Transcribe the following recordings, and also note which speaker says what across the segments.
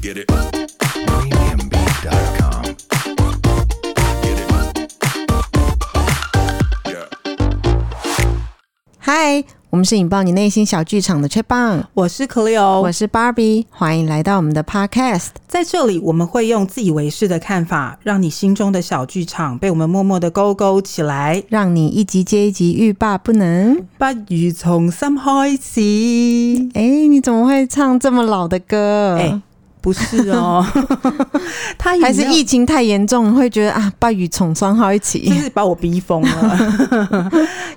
Speaker 1: Get it. Premiumbeat.com. Get it. Yeah.
Speaker 2: 嗨，我们是引爆你内心小剧场的吹棒，
Speaker 3: 我是 Cleo，
Speaker 2: 我是 Barbie，欢迎来到我们的 Podcast。
Speaker 3: 在这里我们会用自以为是的看法，让你心中的小剧场被我们默默的勾勾起来。
Speaker 2: 让你一集接一集欲罢不能。
Speaker 3: 不如从心开始。
Speaker 2: 哎、你怎么会唱这么老的歌？
Speaker 3: 哎、不是 哦，他有没
Speaker 2: 还
Speaker 3: 有
Speaker 2: 是疫情太严重，会觉得啊，暴雨从双号一
Speaker 3: 就
Speaker 2: 起。
Speaker 3: 是把我逼疯 了。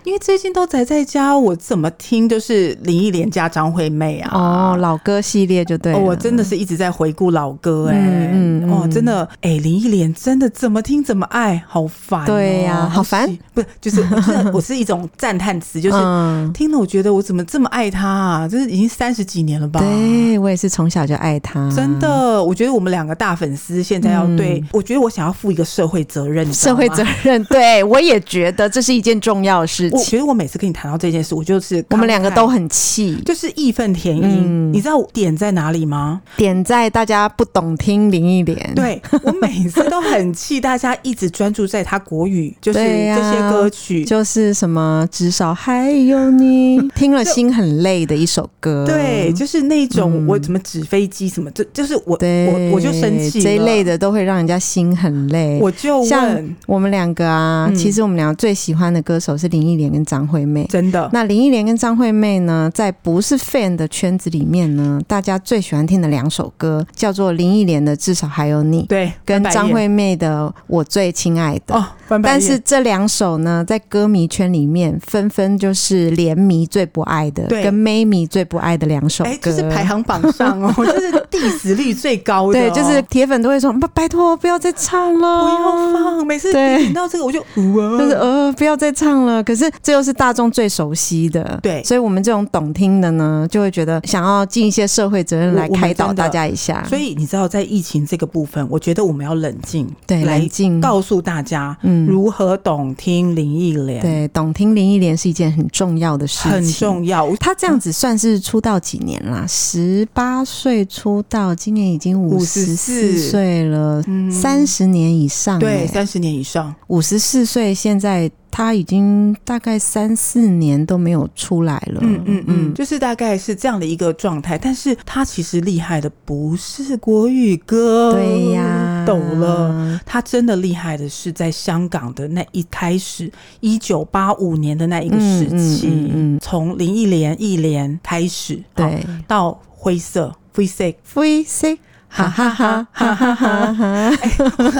Speaker 3: 因为最近都宅在家，我怎么听都是林忆莲加张惠妹 啊。
Speaker 2: 哦，老歌系列就对了。啊
Speaker 3: 哦，我真的是一直在回顾老歌哎、
Speaker 2: 嗯嗯
Speaker 3: 哦，
Speaker 2: 嗯
Speaker 3: 真的哎、林忆莲真的怎么听怎么爱，好烦哦、
Speaker 2: 对呀好烦
Speaker 3: 喜，不是就是我是我是一种赞叹词，就是、
Speaker 2: 嗯，
Speaker 3: 听了我觉得我怎么这么爱她啊，这已经三十几年了吧？
Speaker 2: 对啊我也是从小就爱他，
Speaker 3: 真。的，我觉得我们两个大粉丝现在要对、我觉得我想要负一个社会责任，你知
Speaker 2: 嗯社
Speaker 3: 道吗
Speaker 2: 会责。 任，对我也觉得这是一件重要的事
Speaker 3: 我
Speaker 2: 情。
Speaker 3: 觉得我每次跟你谈到这件事，我就是
Speaker 2: 我们两个都
Speaker 3: 很。
Speaker 2: 很气，
Speaker 3: 就是义愤填膺，
Speaker 2: 嗯
Speaker 3: 你知道我点在哪里吗？
Speaker 2: 点在大家不懂听林忆莲。
Speaker 3: 对我每次都 很气，大家一直专注在他国语，就是
Speaker 2: 对呀
Speaker 3: 这些歌曲。
Speaker 2: 就是什么至少还有你， 听了心很累的一首歌。
Speaker 3: 对，就是那种
Speaker 2: 嗯
Speaker 3: 我怎么纸飞机什么，这就是我
Speaker 2: 对，
Speaker 3: 我我就生气了
Speaker 2: 这一类，的都会让人家心很累。
Speaker 3: 我就
Speaker 2: 像
Speaker 3: 问，
Speaker 2: 我们两个啊，
Speaker 3: 嗯
Speaker 2: 其实我们两个最喜欢的歌手是林忆莲跟张惠妹。
Speaker 3: 真的，
Speaker 2: 那林忆莲跟张惠妹呢，在不是 fan 的圈子里面呢，大家最喜欢听的两首歌叫做林忆莲的《至少还有你》
Speaker 3: 对，
Speaker 2: 跟
Speaker 3: 翻白眼
Speaker 2: 张惠妹的《我最亲爱的》。
Speaker 3: 哦，翻白
Speaker 2: 但
Speaker 3: 眼
Speaker 2: 是这两首呢，在歌迷圈里面，纷纷就是连迷最不爱的，
Speaker 3: 对
Speaker 2: 跟妹迷最不爱的两首歌，
Speaker 3: 哎，就是排。行榜上哦，就是地死率最高的哦、
Speaker 2: 对，就是铁粉都会说，不，拜托，不要再唱
Speaker 3: 不
Speaker 2: 了，
Speaker 3: 要放，每次
Speaker 2: 对
Speaker 3: 听到这个我就哇
Speaker 2: 就是呃，不要再唱了。可是这又是大众最熟悉的，
Speaker 3: 对
Speaker 2: 所以我们这种懂听的呢，就会觉得想要尽一些社会责任
Speaker 3: 我
Speaker 2: 来
Speaker 3: 我们
Speaker 2: 开导
Speaker 3: 真的
Speaker 2: 大家一下，
Speaker 3: 所以你知道，在疫情这个部分，我觉得我们要冷静，
Speaker 2: 对，
Speaker 3: 来
Speaker 2: 冷静，
Speaker 3: 告诉大家
Speaker 2: 嗯，
Speaker 3: 如何懂听林忆莲，，
Speaker 2: 对，懂听林忆莲是一件很重要的事情，
Speaker 3: 很重要。我
Speaker 2: 他这样子算是出道几年啦？十八岁出道，今年已经五十四
Speaker 3: 54
Speaker 2: 岁了，
Speaker 3: 嗯
Speaker 2: 三十、年以上、
Speaker 3: 对，，三十年以上，
Speaker 2: 五十四岁，现在他已经大概三四年都没有出来了。
Speaker 3: 嗯嗯嗯，就是大概是这样的一个状态。但是他其实厉害的不是国语歌，
Speaker 2: 对呀，
Speaker 3: 懂了。。他真的厉害的是在香港的那一开始，一九八五年的那一个时
Speaker 2: 嗯
Speaker 3: 期，
Speaker 2: 嗯嗯嗯
Speaker 3: 从林忆莲、忆莲开始，好
Speaker 2: 对，
Speaker 3: 到灰色。灰色，
Speaker 2: 灰色，哈哈哈哈哈哈哈，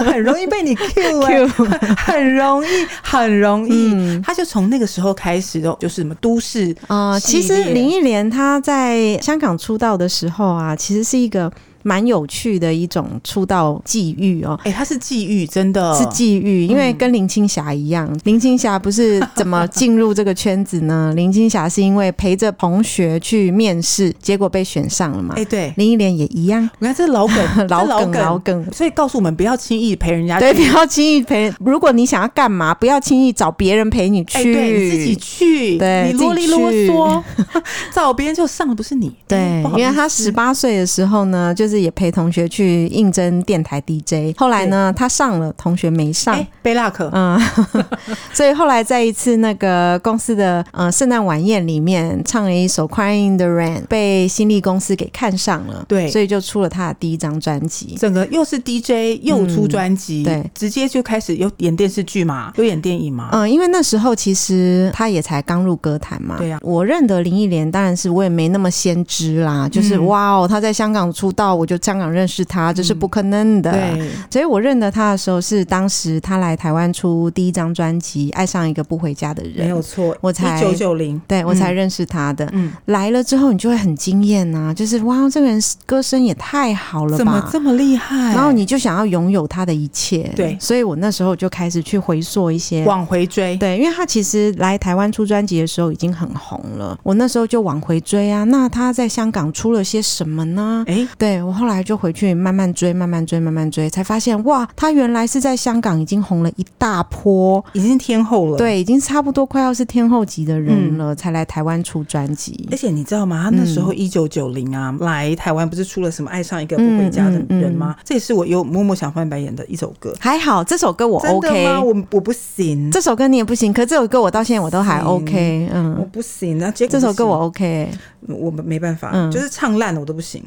Speaker 3: 很容易被你 Q 哎、很容易，很容易。
Speaker 2: 嗯
Speaker 3: 他就从那个时候开始的，就是什么都市
Speaker 2: 啊、其
Speaker 3: 系
Speaker 2: 实
Speaker 3: 列
Speaker 2: 林忆莲她在香港出道的时候啊，其实是一个蛮有趣的一种出道际遇哦。
Speaker 3: 哎、他是际遇，真的
Speaker 2: 是际遇，因
Speaker 3: 嗯
Speaker 2: 为跟林青霞一样，林青霞不是怎 么进入这个圈子呢？林青霞是因为陪着同学去面试，结果被选上了嘛
Speaker 3: 哎、。对，
Speaker 2: 林忆莲也一样，
Speaker 3: 你看这 是老梗，
Speaker 2: 老
Speaker 3: 这
Speaker 2: 梗
Speaker 3: 梗啊
Speaker 2: 老梗。
Speaker 3: 所以告诉我们不要轻易陪人家
Speaker 2: 对，
Speaker 3: 去，
Speaker 2: 不要轻易陪。如果你想要干嘛，不要轻易找别人陪你
Speaker 3: 哎
Speaker 2: 去，
Speaker 3: 对你自己去，
Speaker 2: 对
Speaker 3: 你啰
Speaker 2: 自己
Speaker 3: 里
Speaker 2: 去
Speaker 3: 啰嗦， 找别人就上的不是你，
Speaker 2: 对
Speaker 3: 哎不，好
Speaker 2: 因为
Speaker 3: 意
Speaker 2: 他
Speaker 3: 思
Speaker 2: 十八岁的时候呢，就是也陪同学去应征电台 DJ，后来呢，他上了，同学没上。
Speaker 3: 哎，贝拉克，
Speaker 2: 嗯， 所以后来在一次那个公司的呃圣诞晚宴里面，唱了一首《Crying in the Rain》，被新力公司给看上了，
Speaker 3: 对
Speaker 2: 所以就出了他的第一张专辑。
Speaker 3: 整个又是 DJ 又出专辑，
Speaker 2: 嗯对，
Speaker 3: 直接就开始有演电视剧嘛，有演电影嘛，
Speaker 2: 嗯，因为那时候其实他也才刚入歌坛嘛。
Speaker 3: 对啊
Speaker 2: 我认得林忆莲，当然是我也没那么先知啦，就是、
Speaker 3: 嗯
Speaker 2: 哇哦，他在香港出道，我就香港认识他，这是不可能的。
Speaker 3: 对，
Speaker 2: 所以我认得他的时候是当时他来台湾出第一张专辑《爱上一个不回家的
Speaker 3: 没
Speaker 2: 人》，
Speaker 3: 有错，
Speaker 2: 我才
Speaker 3: 一九九零，
Speaker 2: 对我
Speaker 3: 嗯
Speaker 2: 才认识他的。
Speaker 3: 嗯，
Speaker 2: 来了之后，你就会很惊艳呐，就是哇，这个人歌声也太好了
Speaker 3: 怎么
Speaker 2: 吧！
Speaker 3: 这么厉害？
Speaker 2: 然后你就想要拥有他的一切。
Speaker 3: 对
Speaker 2: 所以我那时候就开始去回溯一些。
Speaker 3: 往回追，
Speaker 2: 对，因为他其实来台湾出专辑的时候已经很红了，我那时候就往回追啊。那他在香港出了些什么呢？
Speaker 3: 哎，
Speaker 2: 对我我后来就回去慢慢追，慢慢追，慢慢追，才发现哇，她原来是在香港已经红了一大波，
Speaker 3: 已经天后了。，
Speaker 2: 对，已经差不多快要是天后级的
Speaker 3: 嗯
Speaker 2: 人了，才来台湾出专辑
Speaker 3: 而。且你知道吗？他
Speaker 2: 嗯
Speaker 3: 那时候一九九零啊，来台湾不是出了什么《爱上一个不
Speaker 2: 嗯
Speaker 3: 回家的人》吗？这也是我有默默想翻白眼的一首歌。
Speaker 2: 还好这首歌我
Speaker 3: 真的
Speaker 2: OK，
Speaker 3: 吗？我我不行，
Speaker 2: 这首歌你也不行，可这首歌我到现在我都还
Speaker 3: 行
Speaker 2: OK，
Speaker 3: 我
Speaker 2: 嗯，
Speaker 3: 不行。那结果
Speaker 2: 这首歌
Speaker 3: 不行
Speaker 2: 我 OK，
Speaker 3: 我们没办法，
Speaker 2: 嗯
Speaker 3: 就是唱烂了我都 不行。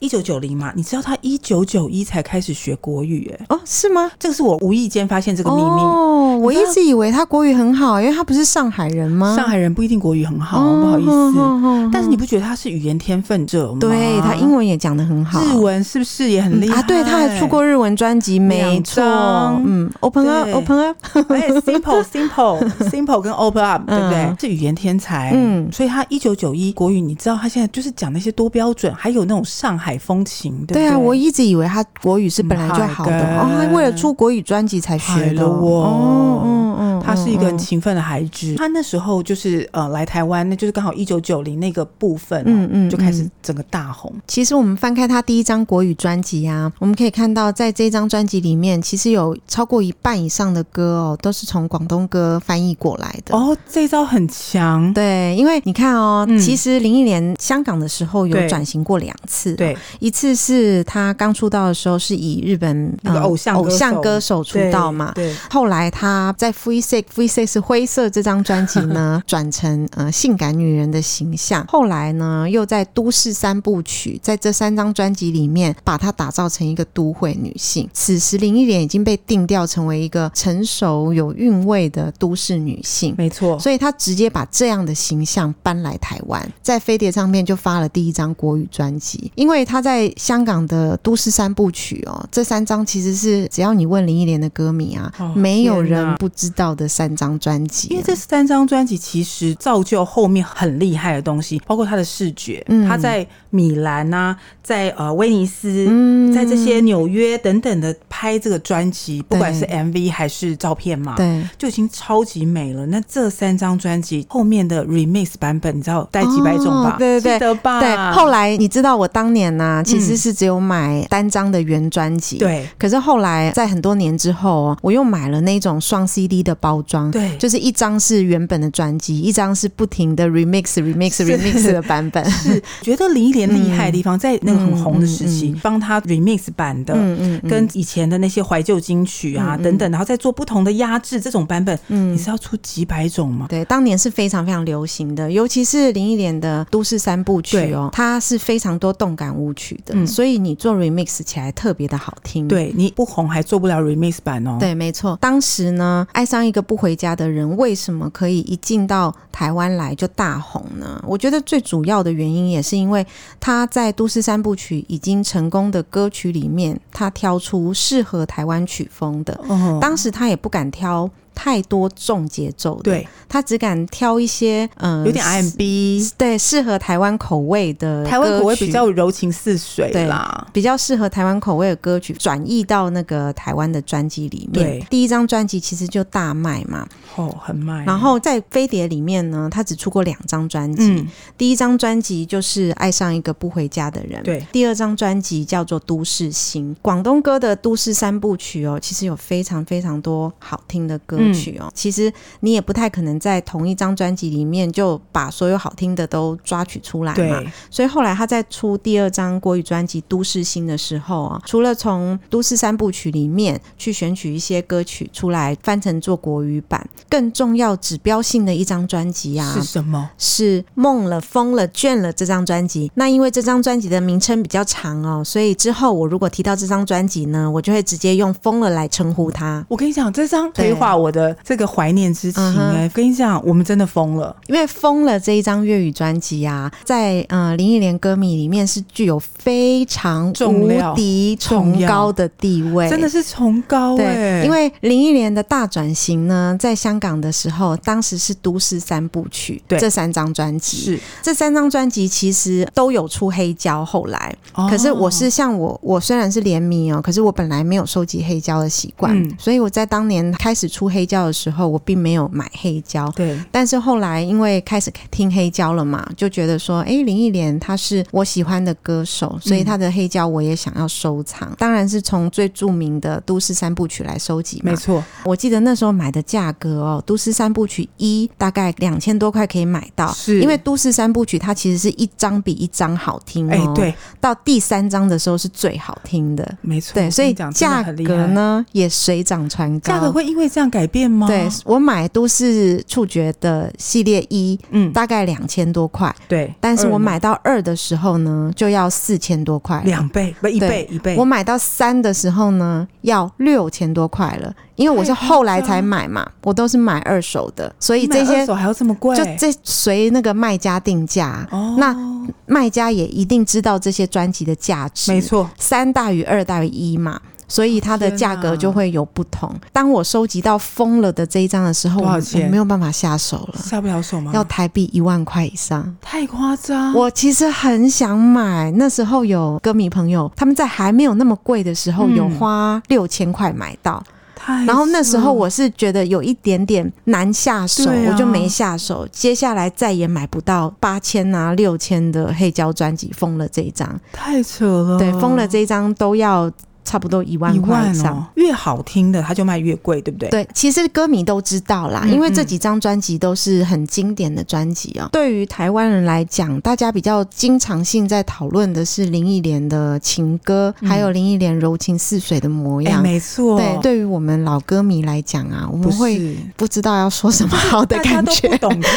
Speaker 3: 一九九零嘛，你知道他一九九一才开始学国语、哎，
Speaker 2: 哦，是吗？
Speaker 3: 这个是我无意间发现这个秘密。
Speaker 2: 哦，我
Speaker 3: 你知
Speaker 2: 一
Speaker 3: 道
Speaker 2: 直以为他国语很好，因为他不是上海人吗？
Speaker 3: 上海人不一定国语很好，
Speaker 2: 哦
Speaker 3: 不好意思，
Speaker 2: 哼哼
Speaker 3: 但是你不觉得他是语言天分者吗？
Speaker 2: 嗯对他英文也讲得很好，
Speaker 3: 日文是不是也很厉害、
Speaker 2: 啊，对，他还出。过日文专辑，没错
Speaker 3: 两张，
Speaker 2: 嗯，Open
Speaker 3: 对
Speaker 2: Up，Open Up，
Speaker 3: 哎，simple simple simple 跟 open up，对不对？是语言天才，
Speaker 2: 嗯
Speaker 3: 所以他一九九一国语，你知道他现在就是讲那些多标准，还有那种上海风情，对不
Speaker 2: 对
Speaker 3: 对
Speaker 2: 啊，我一直以为他国语是本来就好的，
Speaker 3: 嗯
Speaker 2: 哦，他为了出国语专辑才学
Speaker 3: 害
Speaker 2: 的
Speaker 3: 了我
Speaker 2: 哦，嗯嗯，
Speaker 3: 他是一个很
Speaker 2: 嗯
Speaker 3: 勤奋的孩子，他那时候就是呃来台湾，那就是刚好一九九零那个部分、
Speaker 2: 嗯
Speaker 3: 嗯
Speaker 2: 嗯
Speaker 3: 嗯，就开始整个大红。
Speaker 2: 其实我们翻开他第一张国语专辑啊，我们可以看到，在这张专辑里面，其实有超过一半以上的歌哦，都是从广东歌翻译过来的。
Speaker 3: 哦，这招很强，
Speaker 2: 对，因为你看哦，
Speaker 3: 嗯
Speaker 2: 其实林忆莲香港的时候有
Speaker 3: 对
Speaker 2: 转型过两次，
Speaker 3: 对，
Speaker 2: 一次是她刚出道的时候是以日本呃
Speaker 3: 那个偶像
Speaker 2: 偶
Speaker 3: 歌手
Speaker 2: 像歌手出道嘛。
Speaker 3: 对，
Speaker 2: 后来她在《Free Six》《Free Six》是灰色这张专辑呢，转成呃性感女人的形象。后来呢，又在《都市三部曲》在这三张专辑里面，把她打造成一个都会女性。此时林忆莲已经被定调成为一个成熟有韵味的都市女性。
Speaker 3: 没错。
Speaker 2: 所以她直接把这样的形象搬来台湾，在飞碟唱片就发了第一张国语专辑。因为她在香港的都市三部曲哦，这三张其实是只要你问林忆莲的歌迷啊，
Speaker 3: 哦
Speaker 2: 没有
Speaker 3: 天哪
Speaker 2: 人不知道的三张专辑啊、
Speaker 3: 因为这三张专辑其实造就后面很厉害的东西，包括他的视觉，
Speaker 2: 嗯
Speaker 3: 他在米兰啊，在呃威尼斯，
Speaker 2: 嗯
Speaker 3: 在这些纽约等等的拍这个专辑，不管是
Speaker 2: 对
Speaker 3: MV 还是照片嘛，
Speaker 2: 对。
Speaker 3: 就已经超级美了。那这三张专辑后面的 remix 版本，你知道带几百种
Speaker 2: 哦
Speaker 3: 吧？
Speaker 2: 对对对
Speaker 3: 记得吧？
Speaker 2: 对，后来你知道我当年呢、其实是只有买单张的原专辑，。
Speaker 3: 嗯对
Speaker 2: 可是后来在很多年之后哦，我又买了那种双 CD 的包装，
Speaker 3: 对，
Speaker 2: 就是一张是原本的专辑，一张是不停的 remix、remix、remix 的版本。
Speaker 3: 是觉得林忆莲厉害的地方，在那个很红的时期，帮她 remix 版的。
Speaker 2: 嗯嗯，
Speaker 3: 跟以前的那些怀旧金曲啊
Speaker 2: 嗯嗯
Speaker 3: 等等，然后再做不同的压制，这种版本你
Speaker 2: 嗯。
Speaker 3: 是要出几百种吗？
Speaker 2: 对，当年是非常非常流行的，尤其是林忆莲的《都市三部曲》哦，它是非常多动感舞曲的，
Speaker 3: 嗯
Speaker 2: 所以你做 remix 起来特别的好听。
Speaker 3: 对你不红还做不了 remix 版哦。，
Speaker 2: 嗯对，没错。当时呢，爱上一个不回家的人，为什么可以一进到台湾来就大红呢？我觉得最主要的原因也是因为他在《都市三部曲》已经成功的歌曲里面，他挑出适合台湾曲风的。
Speaker 3: 哦，
Speaker 2: 当时他也不敢挑太多重节奏的，
Speaker 3: 对，
Speaker 2: 他只敢挑一些嗯、呃
Speaker 3: 有点 R&B，
Speaker 2: 对适合台湾口味的
Speaker 3: 台湾口味
Speaker 2: 歌曲
Speaker 3: 比较柔情似水
Speaker 2: 对
Speaker 3: 啦。
Speaker 2: 比较适合台湾口味的歌曲转译到那个台湾的专辑里面
Speaker 3: 对。
Speaker 2: 第一张专辑其实就大卖嘛，
Speaker 3: 哦，很慢。
Speaker 2: 然后在飞碟里面呢，他只出过两张专辑，
Speaker 3: 嗯，
Speaker 2: 第一张专辑就是《爱上一个不回家的人》，
Speaker 3: 对
Speaker 2: 第二张专辑叫做《都市心》，广东歌的都市三部曲哦，其实有非常非常多好听的歌曲
Speaker 3: 嗯
Speaker 2: 哦。其实你也不太可能在同一张专辑里面就把所有好听的都抓取出来嘛。
Speaker 3: 对，
Speaker 2: 所以后来他在出第二张国语专辑《都市心》的时候啊，除了从《都市三部曲》里面去选取一些歌曲出来翻成做国语版，更重要指标性的一张专辑啊
Speaker 3: 是。什么？
Speaker 2: 是梦了、疯了、倦了这张专辑。那因为这张专辑的名称比较长哦，所以之后我如果提到这张专辑呢，我就会直接用“疯了”来称呼它，
Speaker 3: 我跟你讲，这张
Speaker 2: 对
Speaker 3: 催化我的这个怀念之情
Speaker 2: 嗯哼
Speaker 3: 哎、跟你讲，我们真的疯了。
Speaker 2: 因为“疯了”这一张粤语专辑啊，在呃林忆莲歌迷里面是具有非常
Speaker 3: 重料
Speaker 2: 无敌崇高的地位，
Speaker 3: 真的是崇高哎、
Speaker 2: 对，因为林忆莲的大转型呢，在香港的时候，当时是《都市三部曲》
Speaker 3: 对
Speaker 2: 这三张专辑，
Speaker 3: 是，
Speaker 2: 这三张专辑其实都有出黑胶。后来，
Speaker 3: 哦
Speaker 2: 可是我是像我，我虽然是联迷哦，可是我本来没有收集黑胶的习惯，
Speaker 3: 嗯
Speaker 2: 所以我在当年开始出黑黑胶的时候，我并没有买黑胶，
Speaker 3: 对，
Speaker 2: 但是后来因为开始听黑胶了嘛，就觉得说，诶，林忆莲她是我喜欢的歌
Speaker 3: 嗯
Speaker 2: 手，所以她的黑胶我也想要收藏。当然是从最著名的《都市三部曲》来收集嘛
Speaker 3: 没。错，
Speaker 2: 我记得那时候买的价格哦，《都市三部曲》一大概两千多块可以买到，
Speaker 3: 是
Speaker 2: 因为《都市三部曲》它其实是一张比一张好听、哦，
Speaker 3: 哎、对，
Speaker 2: 到第三章的时候是最好听的。
Speaker 3: 没错，
Speaker 2: 对，所以
Speaker 3: 你讲真的
Speaker 2: 价
Speaker 3: 很厉
Speaker 2: 格
Speaker 3: 害？
Speaker 2: 呢也水涨船高。
Speaker 3: 价格会因为这样改变吗？
Speaker 2: 对我买都市触觉的系列一，
Speaker 3: 嗯，
Speaker 2: 大概两千多块，
Speaker 3: 对，
Speaker 2: 但是
Speaker 3: 二
Speaker 2: 我
Speaker 3: 呢
Speaker 2: 买到二的时候呢，就要四千多块了。
Speaker 3: 两倍，不一
Speaker 2: 对
Speaker 3: 倍一倍，
Speaker 2: 我买到三的时候呢，要六千多块了，因为我是后来才买嘛，我都是买二手的，所以
Speaker 3: 你买
Speaker 2: 这些
Speaker 3: 二手还要这么贵，
Speaker 2: 就这随那个卖家定价啊，
Speaker 3: 哦，
Speaker 2: 那卖家也一定知道这些专辑的价值，
Speaker 3: 没错，
Speaker 2: 三大于二大于一嘛，所以
Speaker 3: 哦
Speaker 2: 它的价格就会有不同。当我收集到疯了的这一张的时候，
Speaker 3: 多
Speaker 2: 我
Speaker 3: 少钱
Speaker 2: 我没有办法下手了，
Speaker 3: 下不了手吗？
Speaker 2: 要台币一万块以上。
Speaker 3: 太夸张，
Speaker 2: 我其实很想买，那时候有歌迷朋友，他们在还没有那么贵的时候，
Speaker 3: 嗯哎
Speaker 2: 有花六千块买到。
Speaker 3: 太
Speaker 2: 然后那时候
Speaker 3: 扯
Speaker 2: 我是觉得有一点点难下手，
Speaker 3: 对啊
Speaker 2: 我就没下手。接下来再也买不到八千啊、六千的黑胶专辑，封了这一张。
Speaker 3: 太扯了，
Speaker 2: 对，封了这一张都要差不多一万
Speaker 3: 哦一
Speaker 2: 块
Speaker 3: 万
Speaker 2: 以上。
Speaker 3: 哦，越好听的它就卖越贵，对不对？
Speaker 2: 对，其实歌迷都知道啦，
Speaker 3: 嗯
Speaker 2: 因为这几张专辑都是很经典的专辑哦。对于台湾人来讲，大家比较经常性在讨论的是林忆莲的情歌，还有林忆莲柔情似水的模
Speaker 3: 嗯哎，
Speaker 2: 样。
Speaker 3: 没错，
Speaker 2: 对，对于我们老歌迷来讲啊，我
Speaker 3: 不
Speaker 2: 们会
Speaker 3: 是。
Speaker 2: 不知道要说什么好的
Speaker 3: 大家
Speaker 2: 感
Speaker 3: 都
Speaker 2: 觉
Speaker 3: 不。懂听，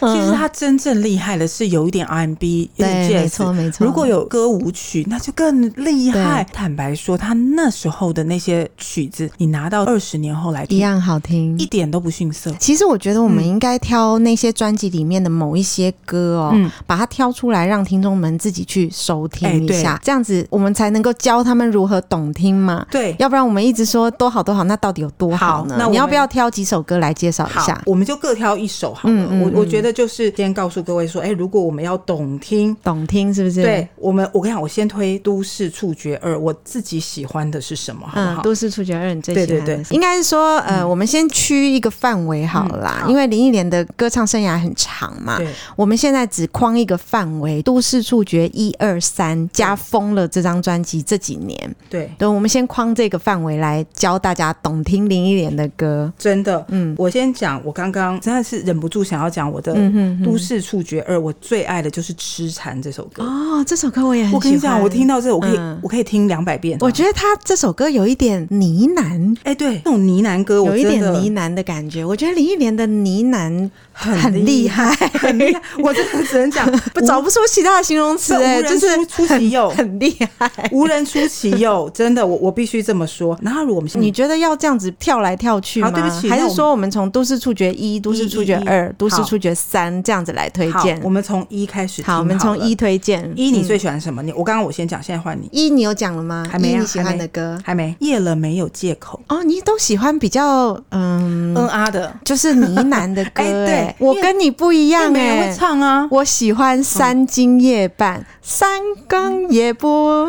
Speaker 3: 其实他真正厉害的是有一点 R&B，有
Speaker 2: 对，
Speaker 3: 点
Speaker 2: 没
Speaker 3: jazz，
Speaker 2: 错没错。
Speaker 3: 如果有歌舞曲，那就更厉害。
Speaker 2: 对
Speaker 3: 坦白说，他那时候的那些曲子，你拿到二十年后来
Speaker 2: 一
Speaker 3: 听，
Speaker 2: 样好听
Speaker 3: 一。点都不逊色。
Speaker 2: 其实我觉得我们
Speaker 3: 嗯
Speaker 2: 应该挑那些专辑里面的某一些歌哦，
Speaker 3: 嗯，
Speaker 2: 把它挑出来，让听众们自己去收
Speaker 3: 哎
Speaker 2: 听一
Speaker 3: 对
Speaker 2: 下，这样子我们才能够教他们如何懂听嘛。
Speaker 3: 对。
Speaker 2: 要不然我们一直说多好多好，那到底有多好呢？
Speaker 3: 好那我们
Speaker 2: 你要不要挑几首歌来介绍一
Speaker 3: 好
Speaker 2: 下，？
Speaker 3: 我们就各挑一首好了。
Speaker 2: 嗯嗯
Speaker 3: 我我
Speaker 2: 嗯
Speaker 3: 觉得就是先告诉各位说，哎、如果我们要懂听，
Speaker 2: 懂听是不是？
Speaker 3: 对，我们，我跟你讲，我先推《都市触觉二》，我自己喜欢的是什么，好
Speaker 2: 嗯
Speaker 3: 不，好？
Speaker 2: 都市触觉二你最喜
Speaker 3: 对
Speaker 2: 欢的
Speaker 3: 对对嗯
Speaker 2: 应该是说，呃，我们先区一个范围好了啦，
Speaker 3: 嗯好
Speaker 2: 因为林忆莲的歌唱生涯很长嘛，
Speaker 3: 对，
Speaker 2: 我们现在只框一个范围，都市触觉一二三加封了这张专辑这几年，
Speaker 3: 对，
Speaker 2: 对，我们先框这个范围来教大家懂听林忆莲的歌。
Speaker 3: 真的，
Speaker 2: 嗯
Speaker 3: 我先讲，我刚刚真的是忍不住想要讲我的
Speaker 2: 嗯哼
Speaker 3: 《
Speaker 2: 哼
Speaker 3: 都市触觉二》，我最爱的就是《痴缠》这首歌。
Speaker 2: 哦，这首歌我也很喜
Speaker 3: 我
Speaker 2: 欢。
Speaker 3: 跟你讲，我听到这个，我可以，
Speaker 2: 嗯
Speaker 3: 我可以听两百遍。
Speaker 2: 我觉得他这首歌有一点呢喃，
Speaker 3: 哎、对，那种呢喃歌，我
Speaker 2: 有一
Speaker 3: 真
Speaker 2: 点
Speaker 3: 的
Speaker 2: 呢喃的感觉。我觉得林忆莲的呢喃
Speaker 3: 很
Speaker 2: 厉
Speaker 3: 害，
Speaker 2: 害，
Speaker 3: 很厉害。我真的只能讲，
Speaker 2: 不找不出其他的形容词、
Speaker 3: 这无
Speaker 2: 哎，
Speaker 3: 人
Speaker 2: 就是
Speaker 3: 出出其右
Speaker 2: 很很厉害。
Speaker 3: 无人出其 右，真的，我我必须这么说。然后如果我们
Speaker 2: 你觉得要这样子跳来跳去吗？
Speaker 3: 嗯好对不起
Speaker 2: 还
Speaker 3: 那
Speaker 2: 是
Speaker 3: 我
Speaker 2: 说我们从都市触觉一、都市触觉
Speaker 3: 一
Speaker 2: 二
Speaker 3: 一、
Speaker 2: 都市
Speaker 3: 好
Speaker 2: 触觉三这样子来推
Speaker 3: 好
Speaker 2: 荐？，
Speaker 3: 我们从一开始听
Speaker 2: 好，我们从
Speaker 3: 了
Speaker 2: 一推荐
Speaker 3: 一，你
Speaker 2: 嗯
Speaker 3: 最喜欢什么？你我刚刚我先讲，现在换你。
Speaker 2: 一你有讲了吗？
Speaker 3: 还没
Speaker 2: 一
Speaker 3: 啊
Speaker 2: 你喜
Speaker 3: 还
Speaker 2: 欢
Speaker 3: 没
Speaker 2: 的歌
Speaker 3: 还没夜了没有借口，
Speaker 2: 哦，你都喜欢比较嗯，
Speaker 3: 嗯啊的，
Speaker 2: 就是呢喃的歌、
Speaker 3: 哎对
Speaker 2: 哎我
Speaker 3: 因为
Speaker 2: 跟你不一样
Speaker 3: 但没
Speaker 2: 哎、
Speaker 3: 人会唱啊。
Speaker 2: 我喜欢三更夜半，三更夜半。
Speaker 3: 哦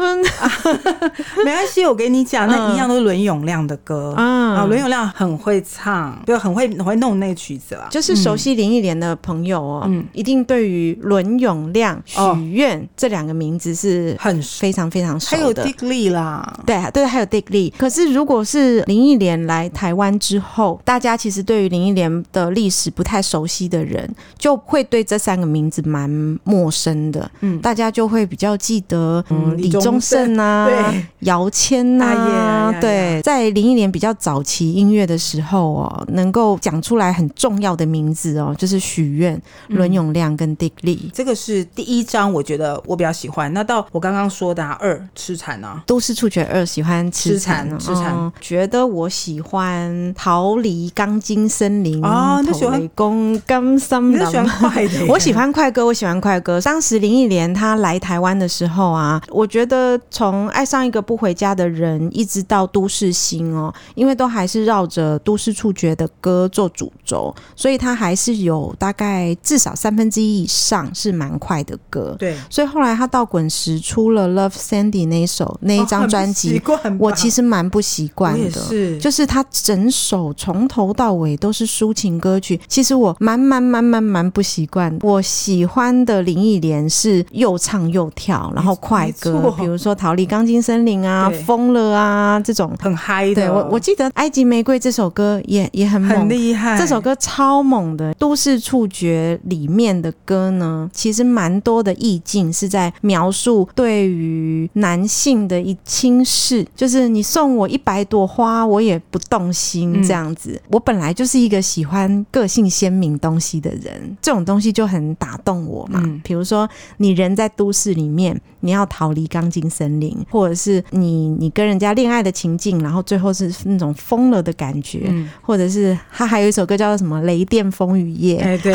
Speaker 3: 没关系，我给你讲，那一样都是伦永亮的歌
Speaker 2: 嗯
Speaker 3: 啊。伦永亮很会唱，就很会很会弄那个曲子啦。
Speaker 2: 就是熟悉林忆莲的朋友哦，
Speaker 3: 嗯
Speaker 2: 一定对于伦永亮、
Speaker 3: 哦
Speaker 2: 许愿、这两个名字是
Speaker 3: 很熟，
Speaker 2: 非常非常
Speaker 3: 还有
Speaker 2: 熟的。
Speaker 3: Dick Lee 啦，
Speaker 2: 对对，还有 Dick Lee。可是如果是林忆莲来台湾之后，大家其实对于林忆莲的历史不太熟悉的人，就会对这三个名字蛮陌生的。
Speaker 3: 嗯
Speaker 2: 大家就会比较记得，嗯，
Speaker 3: 嗯
Speaker 2: 李
Speaker 3: 李
Speaker 2: 宗
Speaker 3: 宗
Speaker 2: 盛
Speaker 3: 盛
Speaker 2: 啊，
Speaker 3: 对
Speaker 2: 姚谦呐、
Speaker 3: 啊耶呀
Speaker 2: 对，在林忆莲比较早期音乐的时候哦，能够讲出来很重要的名字哦，就是许愿、
Speaker 3: 嗯
Speaker 2: 伦永亮跟 Dick Lee。
Speaker 3: 这个是第一张，我觉得我比较喜欢。那到我刚刚说的、啊、二痴缠啊，
Speaker 2: 都市触觉二喜欢吃
Speaker 3: 吃蚕
Speaker 2: 蚕，
Speaker 3: 吃蚕
Speaker 2: 哦觉得我喜欢逃离钢筋森林
Speaker 3: 哦那喜欢
Speaker 2: 公金森
Speaker 3: 你
Speaker 2: 林
Speaker 3: 是。喜 欢快的耶，
Speaker 2: 嗯我喜欢快歌，我喜欢快歌。当时林忆莲她来台湾的时候啊，我觉得从《爱上一个不回家的人》一直到《都市心》哦，因为都还是绕着都市触觉的歌做主轴，所以它还是有大概至少三分之一以上是蛮快的歌。
Speaker 3: 对。
Speaker 2: 所以后来他到滚石出了《Love Sandy》那一首那一张专专
Speaker 3: 哦习
Speaker 2: 辑，
Speaker 3: 惯吧，
Speaker 2: 我其实蛮不习惯
Speaker 3: 我也
Speaker 2: 的。
Speaker 3: 是，
Speaker 2: 就是他整首从头到尾都是抒情歌曲，其实我蛮蛮蛮蛮蛮不习惯。我喜欢的林忆莲是又唱又跳，然后快
Speaker 3: 没
Speaker 2: 歌
Speaker 3: 错，
Speaker 2: 比如说《逃离钢筋森林》啊，
Speaker 3: 对
Speaker 2: 《疯了啊》这种。
Speaker 3: 很嗨的，
Speaker 2: 对我，我记得《埃及玫瑰》这首歌也也很
Speaker 3: 很
Speaker 2: 猛，啊
Speaker 3: 厉害，
Speaker 2: 这首歌超猛的，《都市触觉》里面的歌呢，其实蛮多的意境是在描述对于男性的一轻视，就是你送我一百朵花，我也不动心
Speaker 3: 嗯
Speaker 2: 这样子。我本来就是一个喜欢个性鲜明东西的人，这种东西就很打动我嘛。
Speaker 3: 嗯
Speaker 2: 比如说，你人在都市里面，你要逃离钢筋森林，或者是你你跟人家恋爱的情境，然后最后是那种疯了的感觉，
Speaker 3: 嗯，
Speaker 2: 或者是他还有一首歌叫做什么《雷电风雨夜
Speaker 3: 哎 对，》，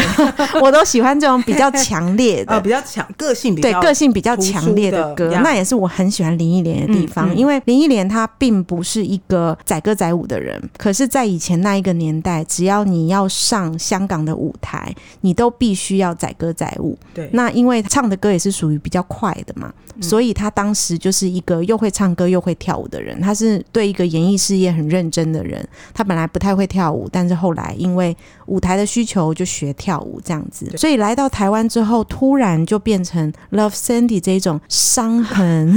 Speaker 2: 我都喜欢这种比较强烈的。
Speaker 3: 呃，比较强，个性比
Speaker 2: 对
Speaker 3: 较
Speaker 2: 个性比较强烈
Speaker 3: 突出的
Speaker 2: 歌，
Speaker 3: 呀
Speaker 2: 那也是我很喜欢林忆莲的地方，
Speaker 3: 嗯嗯
Speaker 2: 因为林忆莲她并不是一个载歌载舞的人，可是，在以前那一个年代，只要你要上香港的舞台，你都必须要载歌载舞。
Speaker 3: 对，
Speaker 2: 那因为唱的歌也是属于比较快的嘛，
Speaker 3: 嗯
Speaker 2: 所以他当时就是一个又会唱歌又会跳舞的人。他是对一个演艺事业很认真的人。他本来不太会跳舞，但是后来因为舞台的需求就学跳舞这样子。
Speaker 3: 对
Speaker 2: 所以来到台湾之后，突然就变成 Love Sandy 这种伤 痕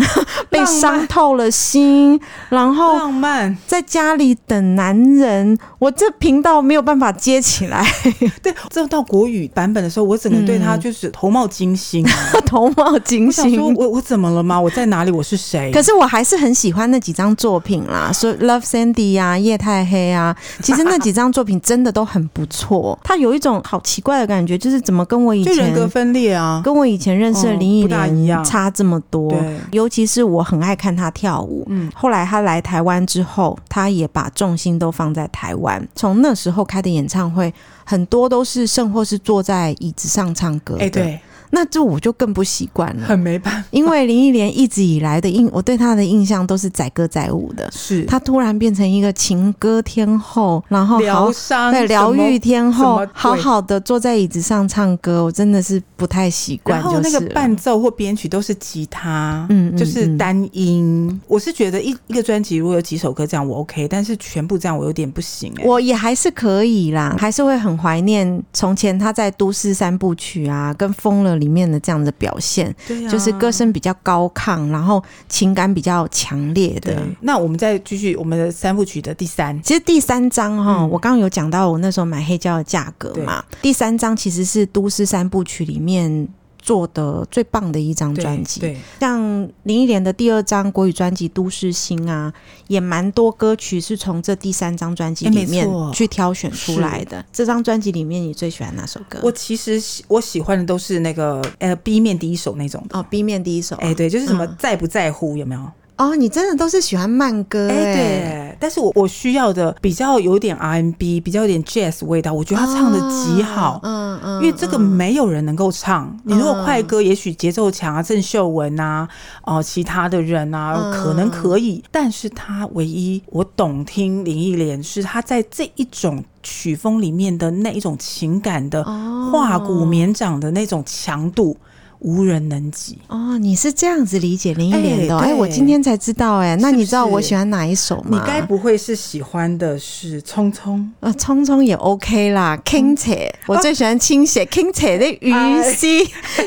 Speaker 2: 被伤透了心，然后
Speaker 3: 浪漫，
Speaker 2: 在家里等男人。我这频道没有办法接起来，
Speaker 3: 对，这到国语版本的时候，我整个对他
Speaker 2: 嗯
Speaker 3: 就是头冒金 星啊，
Speaker 2: 头冒金
Speaker 3: 我想
Speaker 2: 星。
Speaker 3: 说我我怎么了吗？我在哪里？我是谁？
Speaker 2: 可是我还是很喜欢那几张作品 啦，说《Love Sandy》啊，《夜太黑》啊，其实那几张作品真的都很不错。它有一种好奇怪的感觉，就是怎么跟我以
Speaker 3: 就人
Speaker 2: 前
Speaker 3: 格分裂啊，
Speaker 2: 跟我以前认识的
Speaker 3: 嗯
Speaker 2: 林忆
Speaker 3: 不大一
Speaker 2: 莲
Speaker 3: 样
Speaker 2: 差这么多。
Speaker 3: 对，
Speaker 2: 尤其是我很爱看她跳舞，
Speaker 3: 嗯，
Speaker 2: 后来他来台湾之后，他也把重心都放在台湾。从那时候开的演唱会，很多都是甚或是坐在椅子上唱歌。
Speaker 3: 哎，，对，
Speaker 2: 那这我就更不习惯了。
Speaker 3: 很没办法，
Speaker 2: 因为林忆莲一直以来的印，我对她的印象都是载歌载舞的。
Speaker 3: 是
Speaker 2: 她突然变成一个情歌天后，然后
Speaker 3: 疗
Speaker 2: 哦好
Speaker 3: 伤，
Speaker 2: 对疗愈天
Speaker 3: 什
Speaker 2: 后
Speaker 3: 么，
Speaker 2: 好
Speaker 3: 鬼
Speaker 2: 好的坐在椅子上唱歌，我真的是不太习惯
Speaker 3: 然后
Speaker 2: 就
Speaker 3: 那
Speaker 2: 是
Speaker 3: 个
Speaker 2: 了。
Speaker 3: 伴奏或编曲都是吉他，
Speaker 2: 嗯嗯
Speaker 3: 就是
Speaker 2: 嗯
Speaker 3: 单音。我是觉得一一个专辑如果有几首歌这样我 OK，但是全部这样我有点不行哎、
Speaker 2: 我也还是可以啦，还是会很怀念从前她在《都市三部曲》啊，跟《疯了》里面的这样的表现，
Speaker 3: 对啊
Speaker 2: 就是歌声比较高亢，然后情感比较强烈
Speaker 3: 对
Speaker 2: 的。。
Speaker 3: 那我们再继续我们的三部曲的第三，
Speaker 2: 其实第三章哈、
Speaker 3: 嗯
Speaker 2: 我刚刚有讲到我那时候买黑胶的价格嘛。第三章其实是都市三部曲里面做的最棒的一张
Speaker 3: 对
Speaker 2: 专辑，
Speaker 3: 对，
Speaker 2: 像林忆莲的第二张国语专辑《都市心》啊，也蛮多歌曲是从这第三张专辑
Speaker 3: 哎
Speaker 2: 里
Speaker 3: 没
Speaker 2: 面
Speaker 3: 错
Speaker 2: 去挑选出来的。这张专辑里面，你最喜欢哪首歌？
Speaker 3: 我其实喜我喜欢的都是那个呃 B 面第一首那种的。
Speaker 2: 哦，B 面第一首，
Speaker 3: 哎、对，就是什么
Speaker 2: 嗯
Speaker 3: 在不在乎、有没有？
Speaker 2: 哦，你真的都是喜欢慢歌
Speaker 3: 哎、
Speaker 2: 哎、
Speaker 3: 对，但是我我需要的比较有点 R&B，比较有点 Jazz 味道，我觉得他唱的极好，
Speaker 2: 嗯嗯，
Speaker 3: 因为这个没有人能够唱。你如果快歌，也许节奏强啊，郑秀文啊，哦、其他的人啊，
Speaker 2: 嗯
Speaker 3: 可能可以。但是他唯一我懂听林忆莲，是他在这一种曲风里面的那一种情感的
Speaker 2: 哦
Speaker 3: 化骨绵掌的那种强度，无人能及。
Speaker 2: 哦，你是这样子理解林忆莲的哦？哎、
Speaker 3: 哎对
Speaker 2: 我今天才知道哎、那
Speaker 3: 是不
Speaker 2: 你知道我
Speaker 3: 是
Speaker 2: 喜欢哪一首
Speaker 3: 你
Speaker 2: 吗？
Speaker 3: 该不会是喜欢的是《匆匆》？
Speaker 2: 呃，匆匆也 OK 啦，King 姐，
Speaker 3: 嗯
Speaker 2: 我最喜欢清
Speaker 3: 哦
Speaker 2: 写 King 姐的鱼戏，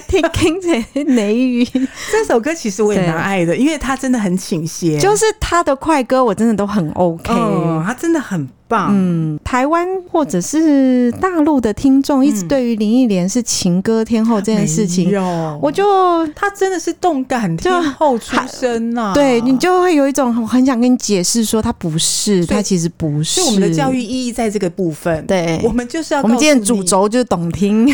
Speaker 2: 听
Speaker 3: 哎
Speaker 2: King 姐的雷雨，
Speaker 3: 这首歌其实我也蛮爱的，因为它真的很倾斜，
Speaker 2: 就是他的快歌，我真的都很 OK。
Speaker 3: 嗯，它真的很棒。
Speaker 2: 嗯，台湾或者是大陆的听众一直对于林忆莲是情歌天后这件事情，
Speaker 3: 有，
Speaker 2: 我就
Speaker 3: 他真的是动感天后出身啊呐、
Speaker 2: 对你就会有一种我很想跟你解释说，她不是，
Speaker 3: 所以
Speaker 2: 她其实不是。
Speaker 3: 嗯所以我们的教育，意义在这个部分，，
Speaker 2: 对，
Speaker 3: 我们就是要
Speaker 2: 我们今天的
Speaker 3: 告诉
Speaker 2: 主
Speaker 3: 你，
Speaker 2: 轴就是懂听。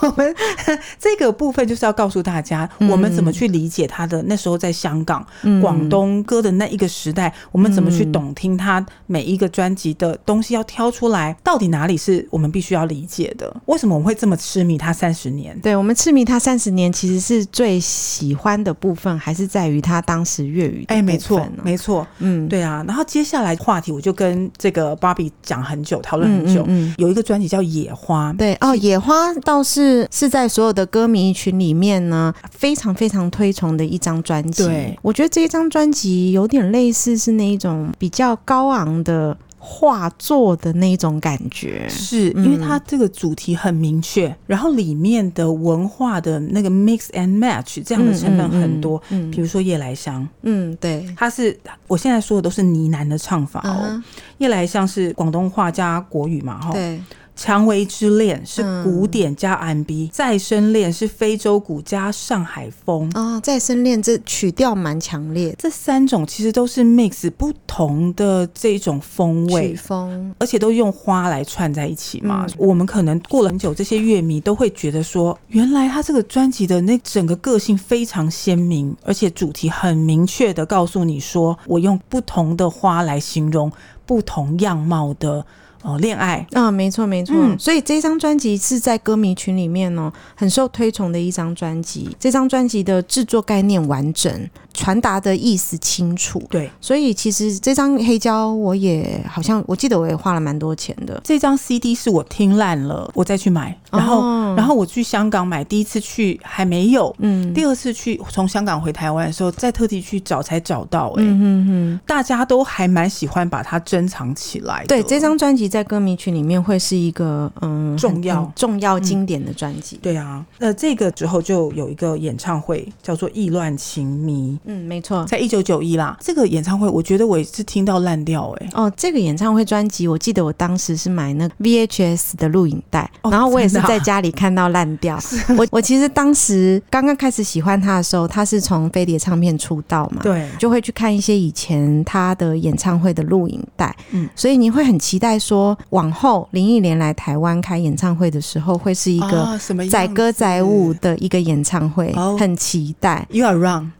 Speaker 3: 我们 这个部分就是要告诉大家，
Speaker 2: 嗯
Speaker 3: 我们怎么去理解他的那时候在香港、
Speaker 2: 嗯
Speaker 3: 广、东歌的那一个时代，我们怎么去
Speaker 2: 嗯
Speaker 3: 懂听他每一个专辑的的东西要挑出来，到底哪里是我们必须要理解的？为什么我们会这么痴迷它三十年？
Speaker 2: 对我们痴迷他三十年，其实是最喜欢的部分，还是在于他当时粤语的
Speaker 3: 哎，没
Speaker 2: 部
Speaker 3: 错
Speaker 2: 分，呢？
Speaker 3: 没错，
Speaker 2: 嗯，
Speaker 3: 对啊。然后接下来话题，我就跟这个芭比讲很久，讨论很久。
Speaker 2: 嗯嗯
Speaker 3: 有一个专辑叫《野花》，
Speaker 2: 对哦，野花倒是是在所有的歌迷群里面呢，非常非常推崇的一张专辑。
Speaker 3: 对，
Speaker 2: 我觉得这一张专辑有点类似是那一种比较高昂的画作的那一种感觉。
Speaker 3: 是因为它这个主题很明确，然后里面的文化的那个 mix and match 这样的成分很多。
Speaker 2: 嗯
Speaker 3: 比如说夜来香，
Speaker 2: 嗯，对，
Speaker 3: 它是我现在说的都是呢喃的唱法哦。
Speaker 2: 啊，
Speaker 3: 夜来香是广东话加国语嘛，哈。
Speaker 2: 对，
Speaker 3: 蔷薇之恋是
Speaker 2: 嗯
Speaker 3: 古典加 R&B，、再生恋是非洲鼓加上海风。
Speaker 2: 哦，再生恋这曲调蛮强烈的，
Speaker 3: 这三种其实都是 mix 不同的这种风
Speaker 2: 曲
Speaker 3: 味，
Speaker 2: 风，
Speaker 3: 而且都用花来串在一起嘛。我们可能过了很久，这些乐迷都会觉得说，原来他这个专辑的那整个个性非常鲜明，而且主题很明确的告诉你说，我用不同的花来形容不同样貌的呃恋爱。
Speaker 2: 啊、没错没错，
Speaker 3: 嗯
Speaker 2: 所以这张专辑是在歌迷群里面哦很受推崇的一张专辑。这张专辑的制作概念完整，传达的意思清楚，
Speaker 3: 对，
Speaker 2: 所以其实这张黑胶我也好像我记得我也花了蛮多钱的，
Speaker 3: 这张 CD 是我听烂了，我再去买，然后、
Speaker 2: 哦
Speaker 3: 然后我去香港买，第一次去还没有，
Speaker 2: 嗯
Speaker 3: 第二次去从香港回台湾的时候，再特地去找才找到、欸，
Speaker 2: 嗯哼哼，
Speaker 3: 大家都还蛮喜欢把它珍藏起来的。
Speaker 2: 对，这张专辑在歌迷群里面会是一个嗯很
Speaker 3: 重要嗯
Speaker 2: 很重要经典的专辑。
Speaker 3: 对啊，那这个之后就有一个演唱会叫做《意乱情迷
Speaker 2: 嗯，没错》，。
Speaker 3: 在一九九一啦。这个演唱会我觉得我也是听到烂掉哎、欸
Speaker 2: 哦，这个演唱会专辑，我记得我当时是买那个 VHS 的录影带，
Speaker 3: 哦
Speaker 2: 然后我也是
Speaker 3: 真的啊
Speaker 2: 在家里看到烂掉。我我其实当时刚刚开始喜欢他的时候，他是从飞碟唱片出道嘛，
Speaker 3: 对，
Speaker 2: 就会去看一些以前他的演唱会的录影带，
Speaker 3: 嗯
Speaker 2: 所以你会很期待说，往后林忆莲来台湾开演唱会的时候，会是一个
Speaker 3: 啊、什么
Speaker 2: 载歌载舞
Speaker 3: 的
Speaker 2: 的一个演唱会，
Speaker 3: 哦
Speaker 2: 很期待。
Speaker 3: ，You are wrong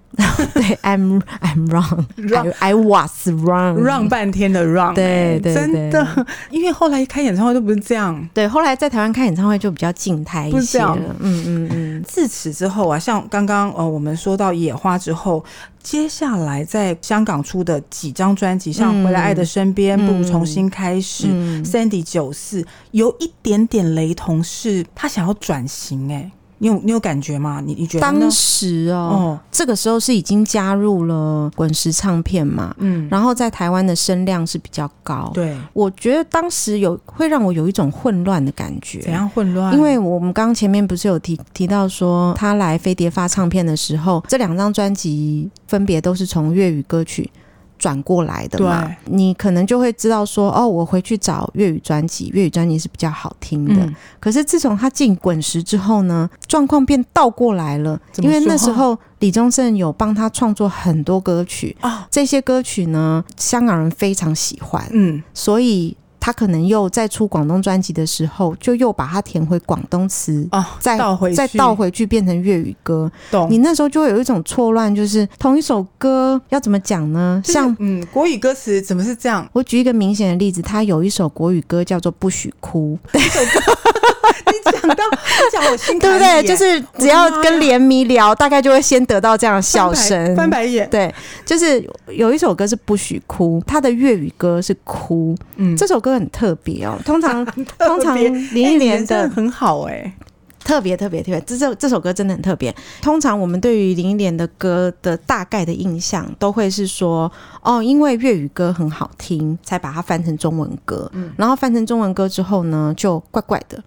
Speaker 2: 对，I'm I'm wrong,
Speaker 3: Wrong
Speaker 2: I, I was wrong
Speaker 3: wrong 半天的 wrong，欸、
Speaker 2: 对对
Speaker 3: 真的，因为后来开演唱会都不是这样。
Speaker 2: 对，后来在台湾开演唱会就比较静态
Speaker 3: 不
Speaker 2: 一
Speaker 3: 是
Speaker 2: 些
Speaker 3: 这
Speaker 2: 了
Speaker 3: 样。
Speaker 2: 嗯嗯嗯，
Speaker 3: 自此之后啊，像刚刚呃我们说到野花之后，接下来在香港出的几张专辑，像《回来爱的身边》
Speaker 2: 嗯
Speaker 3: 不如重新开始》
Speaker 2: 嗯
Speaker 3: Sandy 九四，有一点点雷同，是他想要转型、欸。哎，你有你有感觉吗？你你觉得呢
Speaker 2: 当？时哦，
Speaker 3: 哦，
Speaker 2: 这个时候是已经加入了滚石唱片嘛，
Speaker 3: 嗯，
Speaker 2: 然后在台湾的声量是比较高。
Speaker 3: 对，
Speaker 2: 我觉得当时有会让我有一种混乱的感
Speaker 3: 怎
Speaker 2: 觉。
Speaker 3: 样混乱？
Speaker 2: 因为我们刚刚前面不是有提提到说，他来飞碟发唱片的时候，这两张专辑分别都是从粤语歌曲转过来的嘛
Speaker 3: 对，
Speaker 2: 你可能就会知道说，哦，我回去找粤语专辑，粤语专辑是比较好听的。
Speaker 3: 嗯，
Speaker 2: 可是自从他进滚石之后呢，状况变倒过来了，
Speaker 3: 怎
Speaker 2: 因
Speaker 3: 么
Speaker 2: 为那
Speaker 3: 说
Speaker 2: 时候李宗盛有帮他创作很多歌曲，
Speaker 3: 啊，
Speaker 2: 这些歌曲呢，香港人非常喜欢，
Speaker 3: 嗯，
Speaker 2: 所以他可能又在出广东专辑的时候，就又把它填回广东词。
Speaker 3: 啊，
Speaker 2: 哦再
Speaker 3: 倒回去
Speaker 2: 再倒回去变成粤语歌，
Speaker 3: 懂
Speaker 2: 你那时候就会有一种错乱，就是同一首歌要怎么讲呢？
Speaker 3: 就是
Speaker 2: 像
Speaker 3: 嗯，国语歌词怎么是这样？
Speaker 2: 我举一个明显的例子，他有一首国语歌叫做《不许哭》，
Speaker 3: 你讲到你讲我心
Speaker 2: 对不
Speaker 3: 坎里
Speaker 2: 对？
Speaker 3: 欸
Speaker 2: 就是
Speaker 3: 我
Speaker 2: 只
Speaker 3: 的
Speaker 2: 要
Speaker 3: 妈
Speaker 2: 跟
Speaker 3: 呀
Speaker 2: 连迷聊，大概就会先得到这样的笑声。
Speaker 3: 翻白眼，
Speaker 2: 对，就是有一首歌是不许哭，它的粤语歌是哭。
Speaker 3: 嗯
Speaker 2: 这首歌很特别哦，通常 通常
Speaker 3: 别
Speaker 2: 林忆莲
Speaker 3: 真
Speaker 2: 的
Speaker 3: 很好哎、
Speaker 2: 特别特别特别，这首这首歌真的很特别。通常我们对于林忆莲的歌的大概的印象，都会是说，哦，因为粤语歌很好听，才把它翻成中文歌。然后翻成中文歌之后呢，就怪怪的。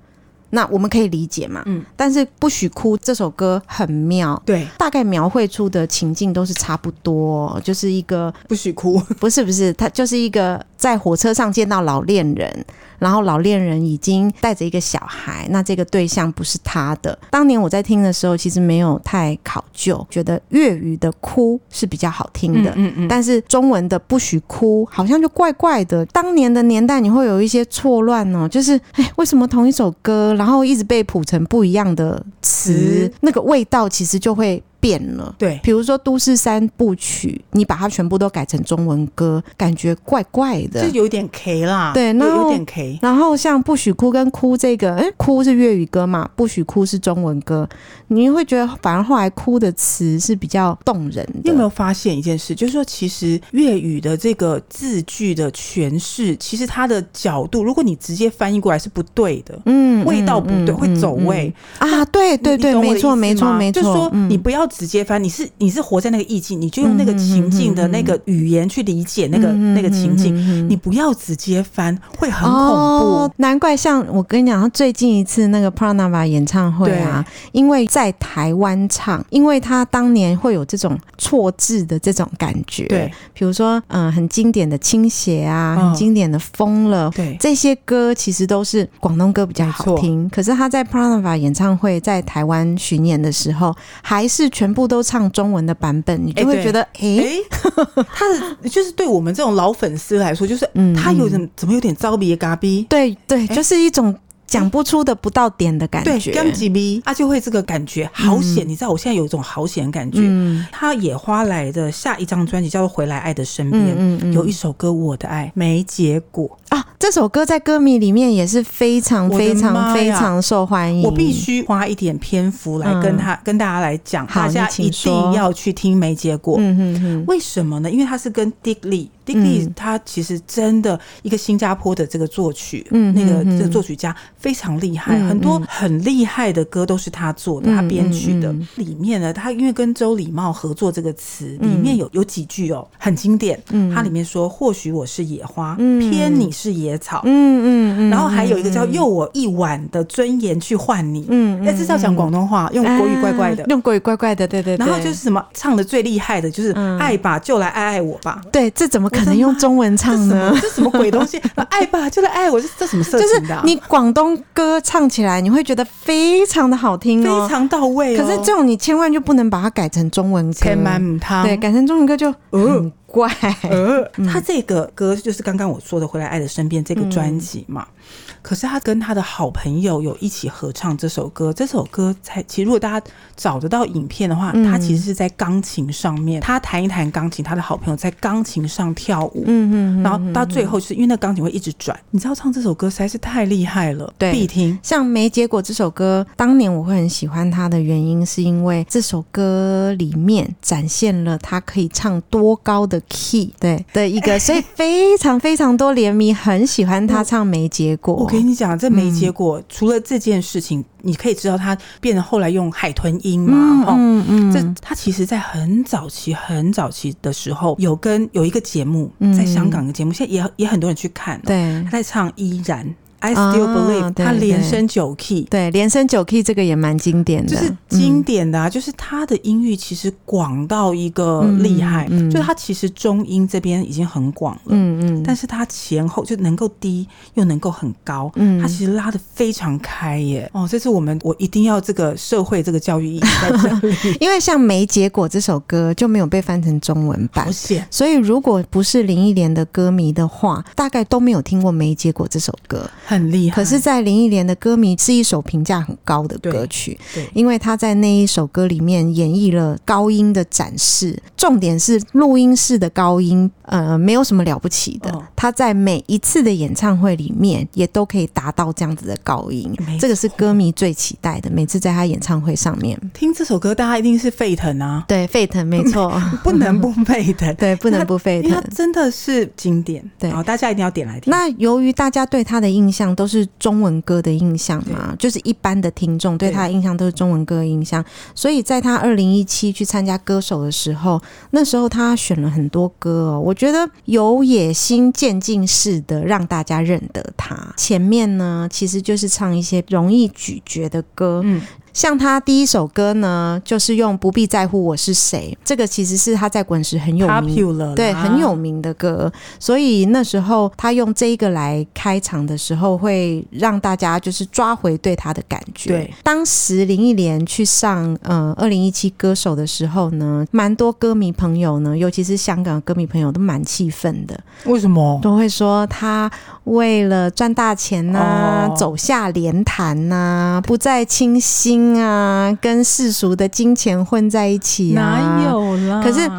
Speaker 2: 那我们可以理解嘛？
Speaker 3: 嗯
Speaker 2: 但是不许哭这首歌很妙。
Speaker 3: 对，
Speaker 2: 大概描绘出的情境都是差不多，就是一个
Speaker 3: 不许哭，
Speaker 2: 不是不是，他就是一个在火车上见到老恋人，然后老恋人已经带着一个小孩，那这个对象不是他的。当年我在听的时候，其实没有太考究，觉得粤语的哭是比较好听的。
Speaker 3: 嗯嗯
Speaker 2: 但是中文的不许哭，好像就怪怪的。当年的年代，你会有一些错乱哦，就是哎，为什么同一首歌，然后一直被谱成不一样的词
Speaker 3: 词，
Speaker 2: 那个味道其实就会变了。
Speaker 3: 对
Speaker 2: 比如说都市三部曲，你把它全部都改成中文歌，感觉怪怪的
Speaker 3: 就。有一点 K 啦，
Speaker 2: 对
Speaker 3: 有
Speaker 2: 然后
Speaker 3: 有点 K，
Speaker 2: 然后像不许哭跟哭这个，哎，哭是粤语歌嘛，不许哭是中文歌，你会觉得反而后来哭的词是比较动人
Speaker 3: 你有没
Speaker 2: 的。
Speaker 3: 有发现一件事？就是说，其实粤语的这个字句的诠释，其实它的角度，如果你直接翻译过来是不对的，
Speaker 2: 嗯
Speaker 3: 味道不对，会走味。
Speaker 2: 嗯啊！对对
Speaker 3: 你
Speaker 2: 对，
Speaker 3: 懂我
Speaker 2: 没
Speaker 3: 的
Speaker 2: 错
Speaker 3: 意
Speaker 2: 没
Speaker 3: 思
Speaker 2: 错
Speaker 3: 吗
Speaker 2: 没错。
Speaker 3: 就是说
Speaker 2: 嗯
Speaker 3: 你不要直接翻，你是你是活在那个意境，你就用那个情境的那个语言去理
Speaker 2: 嗯
Speaker 3: 解那个那个情境，你不要直接翻，会很恐
Speaker 2: 哦，难怪像我跟你讲，他最近一次那个 Pranava 演唱会啊，因为在台湾唱，因为他当年会有这种错字的这种感觉，
Speaker 3: 怖。对，
Speaker 2: 比如说嗯、呃很经典的倾斜啊，
Speaker 3: 嗯
Speaker 2: 很经典的疯了。
Speaker 3: 对
Speaker 2: 这些歌其实都是广东歌比较好听，可是他在 Pranava 演唱会在台湾巡演的时候，还是全部都唱中文的版本，你就
Speaker 3: 哎
Speaker 2: 会
Speaker 3: 对
Speaker 2: 觉得，诶，
Speaker 3: 哎、 他的就是对我们这种老粉丝来说，就是
Speaker 2: 嗯
Speaker 3: 他有点怎么有点招鼻嘎逼，
Speaker 2: 对对，
Speaker 3: 哎
Speaker 2: 就是一种讲不出的不到点的感
Speaker 3: 对，
Speaker 2: 觉，
Speaker 3: 干几逼，他就会这个感觉，好险！你知道我现在有一种好险的感觉。
Speaker 2: 嗯
Speaker 3: 他野花来的下一张专辑叫做《回来爱的身边》，
Speaker 2: 嗯嗯嗯
Speaker 3: 有一首歌《我的爱》没结果，
Speaker 2: 啊，这首歌在歌迷里面也是非常
Speaker 3: 我的
Speaker 2: 非
Speaker 3: 妈呀
Speaker 2: 常非常受欢迎。
Speaker 3: 我必须花一点篇幅来跟他、跟大家来讲，
Speaker 2: 嗯好
Speaker 3: 大家
Speaker 2: 你请
Speaker 3: 一定
Speaker 2: 说
Speaker 3: 要去听《没结果》
Speaker 2: 嗯哼哼，
Speaker 3: 为什么呢？因为他是跟 Dick Lee，Dick Lee 他其实真的一个新加坡的这个作曲，
Speaker 2: 嗯
Speaker 3: 那个
Speaker 2: 嗯嗯
Speaker 3: 这个作曲家非常厉害，
Speaker 2: 嗯
Speaker 3: 很多很厉害的歌都是他做的，
Speaker 2: 嗯
Speaker 3: 他编曲的
Speaker 2: 嗯嗯。嗯
Speaker 3: 里面呢，他因为跟周礼茂合作这个词，里面有有几句哦很经典，它里面说：“或许我是野花，偏你是野草。”
Speaker 2: 嗯嗯嗯，
Speaker 3: 然后还有一个叫“用我一碗的尊严去换你”，
Speaker 2: 嗯嗯
Speaker 3: 哎，这是要讲广东话，用国语怪怪的
Speaker 2: 啊。用国语怪怪的，对对对。
Speaker 3: 然后就是什么唱的最厉害的，就是
Speaker 2: 嗯
Speaker 3: 爱吧就来爱爱我吧，
Speaker 2: 对，这怎么可能用中文
Speaker 3: 这
Speaker 2: 唱
Speaker 3: 什么
Speaker 2: 呢？
Speaker 3: 这什么鬼 东西？爱吧就来爱我，这这什么色
Speaker 2: 就
Speaker 3: 情的
Speaker 2: 是
Speaker 3: 啊、
Speaker 2: 你广东歌唱起来，你会觉得非常的好听哦。
Speaker 3: 非常到位、哦，
Speaker 2: 可是这种你千万就不能把它改成中文歌，
Speaker 3: 千万母汤
Speaker 2: 对，改成中文歌就很怪。
Speaker 3: 呃，
Speaker 2: 嗯
Speaker 3: 他这个歌就是刚刚我说的《回来爱的身边》这个专辑嘛。
Speaker 2: 嗯
Speaker 3: 可是他跟他的好朋友有一起合唱这首歌，这首歌才其实如果大家找得到影片的
Speaker 2: 嗯
Speaker 3: 话，他其实是在钢琴上面，他弹一弹钢琴，他的好朋友在钢琴上跳舞，
Speaker 2: 嗯嗯嗯，
Speaker 3: 然后到最后就是因为那钢琴会一直转，你知道唱这首歌实在是太厉害了，
Speaker 2: 对
Speaker 3: 必听。
Speaker 2: 像《没结果》这首歌，当年我会很喜欢它的原因，是因为这首歌里面展现了他可以唱多高的 key，对的一个，所以非常非常多连迷很喜欢他唱《没结果》。
Speaker 3: 我跟你讲，这没结
Speaker 2: 嗯
Speaker 3: 果。除了这件事情，你可以知道他变得后来用海豚音嘛，哦哈、
Speaker 2: 嗯嗯
Speaker 3: 这他其实，在很早期、很早期的时候，有跟有一个节目，在香港的节目，现在也也很多人去看、哦。
Speaker 2: 嗯对
Speaker 3: 他在唱《依然》，I still
Speaker 2: 啊
Speaker 3: believe，、
Speaker 2: 对
Speaker 3: 他连
Speaker 2: 对
Speaker 3: 升九 key，
Speaker 2: 对，连升九 key 这个也蛮经典的，
Speaker 3: 就是经典的啊，就是他的音域其实广到一个厉害，
Speaker 2: 嗯嗯
Speaker 3: 就他其实中音这边已经很广了，
Speaker 2: 嗯嗯，
Speaker 3: 但是他前后就能够低又能够很高，
Speaker 2: 嗯
Speaker 3: 他其实拉的非常开耶。哦，这是我们我一定要这个社会这个教育意义在
Speaker 2: ，
Speaker 3: 这里
Speaker 2: 因为像《没结果》这首歌就没有被翻成中文版
Speaker 3: 好。险。
Speaker 2: 所以，如果不是林忆莲的歌迷的话，大概都没有听过《没结果》这首歌。
Speaker 3: 很厉害。
Speaker 2: 可是，在林忆莲的歌迷是一首评价很高的歌曲，
Speaker 3: 对对
Speaker 2: 因为她在那一首歌里面演绎了高音的展示，重点是录音室的高音，呃，没有什么了不起的。
Speaker 3: 哦
Speaker 2: 她在每一次的演唱会里面，也都可以达到这样子的高音
Speaker 3: 没，
Speaker 2: 这个是歌迷最期待的。每次在她演唱会上面，
Speaker 3: 听这首歌，大家一定是沸腾啊，
Speaker 2: 对，沸腾，没错，，
Speaker 3: 不能不沸腾
Speaker 2: 对，不能不沸
Speaker 3: 因为它
Speaker 2: 腾。
Speaker 3: 真的是经典。
Speaker 2: 对
Speaker 3: 好，大家一定要点来听。
Speaker 2: 那由于大家对他的印象都是中文歌的印象嘛，就是一般的听众对
Speaker 3: 对
Speaker 2: 他的印象都是中文歌的印象，所以在他二零一七去参加歌手的时候，那时候他选了很多歌哦，我觉得有野心、渐进式的让大家认得他。前面呢，其实就是唱一些容易咀嚼的歌，
Speaker 3: 嗯，
Speaker 2: 像他第一首歌呢，就是用《不必在乎我是谁》，这个其实是他在滚石很有名
Speaker 3: popular 啦
Speaker 2: 对，很有名的歌，所以那时候他用这一个来开场的时候，会让大家就是抓回对他的感觉。
Speaker 3: 对，
Speaker 2: 当时林忆莲去上呃二零一七歌手的时候呢，蛮多歌迷朋友呢，尤其是香港的歌迷朋友都蛮气愤的，
Speaker 3: 为什么？
Speaker 2: 都会说他为了赚大钱呐、
Speaker 3: 哦
Speaker 2: 走下连坛呐、不再清新心啊，跟世俗的金钱混在一起啊。
Speaker 3: 哪？有啦？
Speaker 2: 可是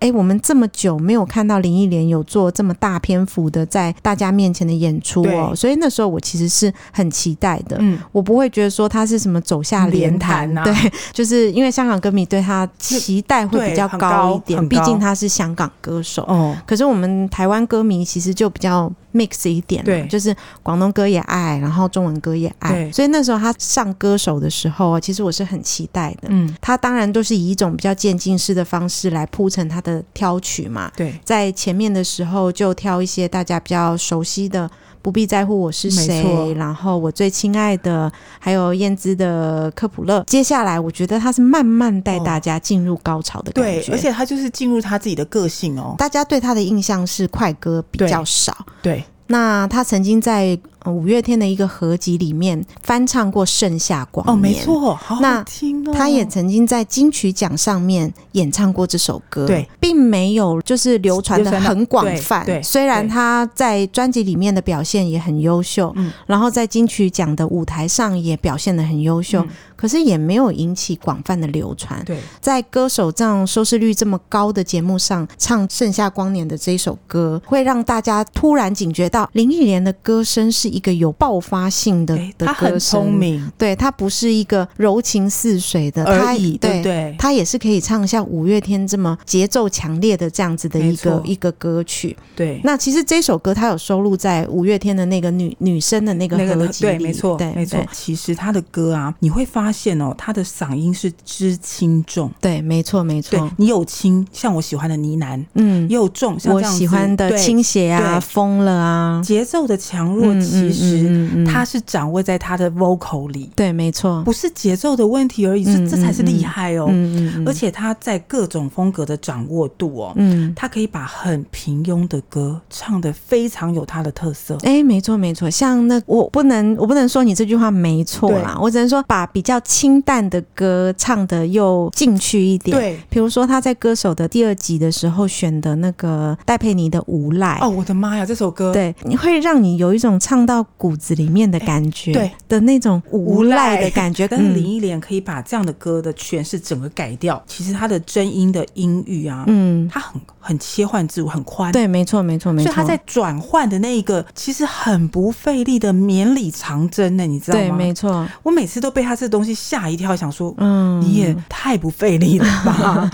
Speaker 2: 哎、我们这么久没有看到林忆莲有做这么大篇幅的在大家面前的演出哦，
Speaker 3: 对
Speaker 2: 所以那时候我其实是很期待的。
Speaker 3: 嗯，
Speaker 2: 我不会觉得说她是什么走下
Speaker 3: 连
Speaker 2: 连坛
Speaker 3: 坛啊
Speaker 2: 对，就是因为香港歌迷对她期待会比较
Speaker 3: 对很
Speaker 2: 高一
Speaker 3: 高
Speaker 2: 点，
Speaker 3: 很
Speaker 2: 毕
Speaker 3: 高
Speaker 2: 竟她是香港歌手。
Speaker 3: 哦，
Speaker 2: 可是我们台湾歌迷其实就比较 mix 一点啊，
Speaker 3: 对
Speaker 2: 就是广东歌也爱，然后中文歌也爱，
Speaker 3: 对
Speaker 2: 所以那时候他上歌手的时候啊，其实我是很期待的。
Speaker 3: 嗯，
Speaker 2: 他当然都是以一种比较渐进式的方式来铺陈他的挑曲嘛，
Speaker 3: 对，
Speaker 2: 在前面的时候就挑一些大家比较熟悉的，不必在乎我是
Speaker 3: 没错
Speaker 2: 谁，然后我最亲爱的，还有燕姿的科普勒。接下来我觉得他是慢慢带大家进入高潮的感
Speaker 3: 哦对，
Speaker 2: 觉，
Speaker 3: 而且他就是进入他自己的个性哦，
Speaker 2: 大家对他的印象是快歌比较
Speaker 3: 对
Speaker 2: 少。
Speaker 3: 对，
Speaker 2: 那他曾经在呃五月天的一个合集里面翻唱过《盛夏光
Speaker 3: 哦，没
Speaker 2: 年》，
Speaker 3: 错，好
Speaker 2: 那
Speaker 3: 好听哦，
Speaker 2: 他也曾经在金曲奖上面演唱过这首歌，
Speaker 3: 对，
Speaker 2: 并没有就是流传的
Speaker 3: 流传到
Speaker 2: 很广泛。
Speaker 3: 对对
Speaker 2: 虽然他在专辑里面的表现也很优秀，
Speaker 3: 嗯
Speaker 2: 然后在金曲奖的舞台上也表现的很优秀，
Speaker 3: 嗯
Speaker 2: 可是也没有引起广泛的流传。
Speaker 3: 对，
Speaker 2: 在歌手这样收视率这么高的节目上唱《盛夏光年》的这一首歌，会让大家突然警觉到林忆莲的歌声是一个有爆发性的
Speaker 3: 诶
Speaker 2: 的
Speaker 3: 他
Speaker 2: 歌
Speaker 3: 很
Speaker 2: 声，
Speaker 3: 聪，明
Speaker 2: 对，她不是一个柔情似水的，她
Speaker 3: 而已，对
Speaker 2: 呃对
Speaker 3: 不对？
Speaker 2: 她也是可以唱像五月天这么节奏强烈的这样子的一
Speaker 3: 没
Speaker 2: 个
Speaker 3: 错
Speaker 2: 一个歌曲。
Speaker 3: 对，
Speaker 2: 那其实这首歌它有收录在五月天的那个女女生的那个合集里，
Speaker 3: 对，没错，
Speaker 2: 对，
Speaker 3: 没错
Speaker 2: 对。
Speaker 3: 其实他的歌啊，你会发现哦，他的嗓音是知轻重，
Speaker 2: 对，没错，没
Speaker 3: 对
Speaker 2: 错，
Speaker 3: 你有轻，像我喜欢的呢喃，
Speaker 2: 嗯
Speaker 3: 也。有重，像
Speaker 2: 我
Speaker 3: 这样子
Speaker 2: 喜欢的
Speaker 3: 对
Speaker 2: 倾斜啊，
Speaker 3: 对
Speaker 2: 疯了啊，
Speaker 3: 节奏的强弱，
Speaker 2: 嗯
Speaker 3: 其
Speaker 2: 嗯
Speaker 3: 实
Speaker 2: 嗯嗯嗯
Speaker 3: 它是掌握在他的 vocal 里，
Speaker 2: 对，没错，
Speaker 3: 不是节奏的问题而已，
Speaker 2: 嗯
Speaker 3: 这这才是
Speaker 2: 嗯嗯
Speaker 3: 厉害哦。
Speaker 2: 嗯嗯嗯
Speaker 3: 而且他在各种风格的掌握度哦，
Speaker 2: 嗯，
Speaker 3: 他可以把很平庸的歌唱得非常有他的特色。
Speaker 2: 哎、没错没错，像那我不能我不能说你这句话没错啦，我只能说把比较清淡的歌唱的又进去一点。，
Speaker 3: 对，
Speaker 2: 比如说他在歌手的第二集的时候选的那个戴佩妮的《无赖》。
Speaker 3: 哦，我的妈呀，这首歌，
Speaker 2: 哎对，你会让你有一种唱到骨子里面的感觉，
Speaker 3: 哎对
Speaker 2: 的那种无赖
Speaker 3: 无赖
Speaker 2: 的感 觉。
Speaker 3: 但是
Speaker 2: 嗯
Speaker 3: 林忆莲可以把这样的歌的诠释整个改掉。其实她的真音的音域啊，
Speaker 2: 嗯，
Speaker 3: 它很很切换自如，很宽。。
Speaker 2: 对，没错，没错，没
Speaker 3: 所
Speaker 2: 错。
Speaker 3: 以她在转换的那一个，其实很不费力的绵里藏针呢、你知道
Speaker 2: 对，
Speaker 3: 吗？
Speaker 2: 没错，
Speaker 3: 我每次都被她这东西吓一跳，想说、
Speaker 2: 嗯，
Speaker 3: 你也太不费力了 吧？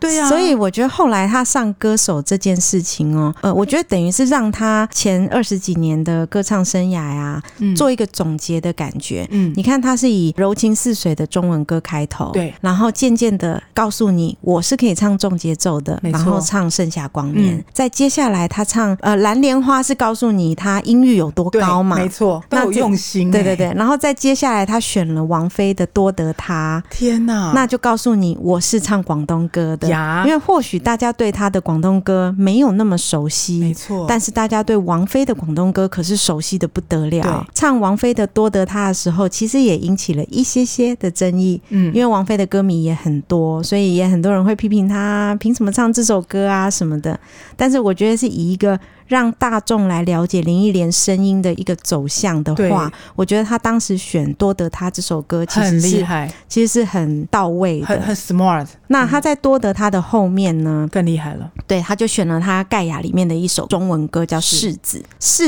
Speaker 3: 对呀、啊，
Speaker 2: 所以我觉得后来他上歌手这件事情哦，
Speaker 3: 嗯
Speaker 2: 呃，我觉得等于是让他前二十几年的歌唱生涯啊，
Speaker 3: 嗯
Speaker 2: 做一个总结的感觉。
Speaker 3: 嗯
Speaker 2: 你看，他是以柔情似水的中文歌开头，
Speaker 3: 对
Speaker 2: 然后渐渐的告诉你，我是可以唱重节奏的，
Speaker 3: 没错
Speaker 2: 然后唱《盛夏光年》
Speaker 3: 嗯
Speaker 2: 再接下来他唱呃《蓝莲花》，是告诉你他音域有多
Speaker 3: 对
Speaker 2: 高嘛，
Speaker 3: 没错，都
Speaker 2: 那
Speaker 3: 有
Speaker 2: 这
Speaker 3: 用心、欸
Speaker 2: 对对，对。然后再接下来他选了王菲的《多得他》，
Speaker 3: 天哪，
Speaker 2: 那就告诉你我是唱广东歌的，
Speaker 3: 呀
Speaker 2: 因为或许大家对他的广东歌没有那么熟
Speaker 3: 没
Speaker 2: 悉。
Speaker 3: 错，
Speaker 2: 但是大家对王菲的广东歌可是熟悉的不得了
Speaker 3: 对。
Speaker 2: 唱王菲的《多得他》的时候，其实也引起了一些些的争议，
Speaker 3: 嗯
Speaker 2: 因为王菲的歌迷也很多，所以也很多人会批评她凭什么唱这首歌啊什么的。但是我觉得是以一个让大众来了解林忆莲声音的一个走向的
Speaker 3: 对
Speaker 2: 话，我觉得她当时选《多得他》这首歌其
Speaker 3: 很
Speaker 2: 实
Speaker 3: 厉
Speaker 2: 是
Speaker 3: 害，
Speaker 2: 其实是很到位的，
Speaker 3: 很嗯很 smart，
Speaker 2: 那他在多得他的后面呢，
Speaker 3: 更厉害了。
Speaker 2: 对，他就选了他盖亚里面的一首中文歌叫《
Speaker 3: 是
Speaker 2: 柿子》。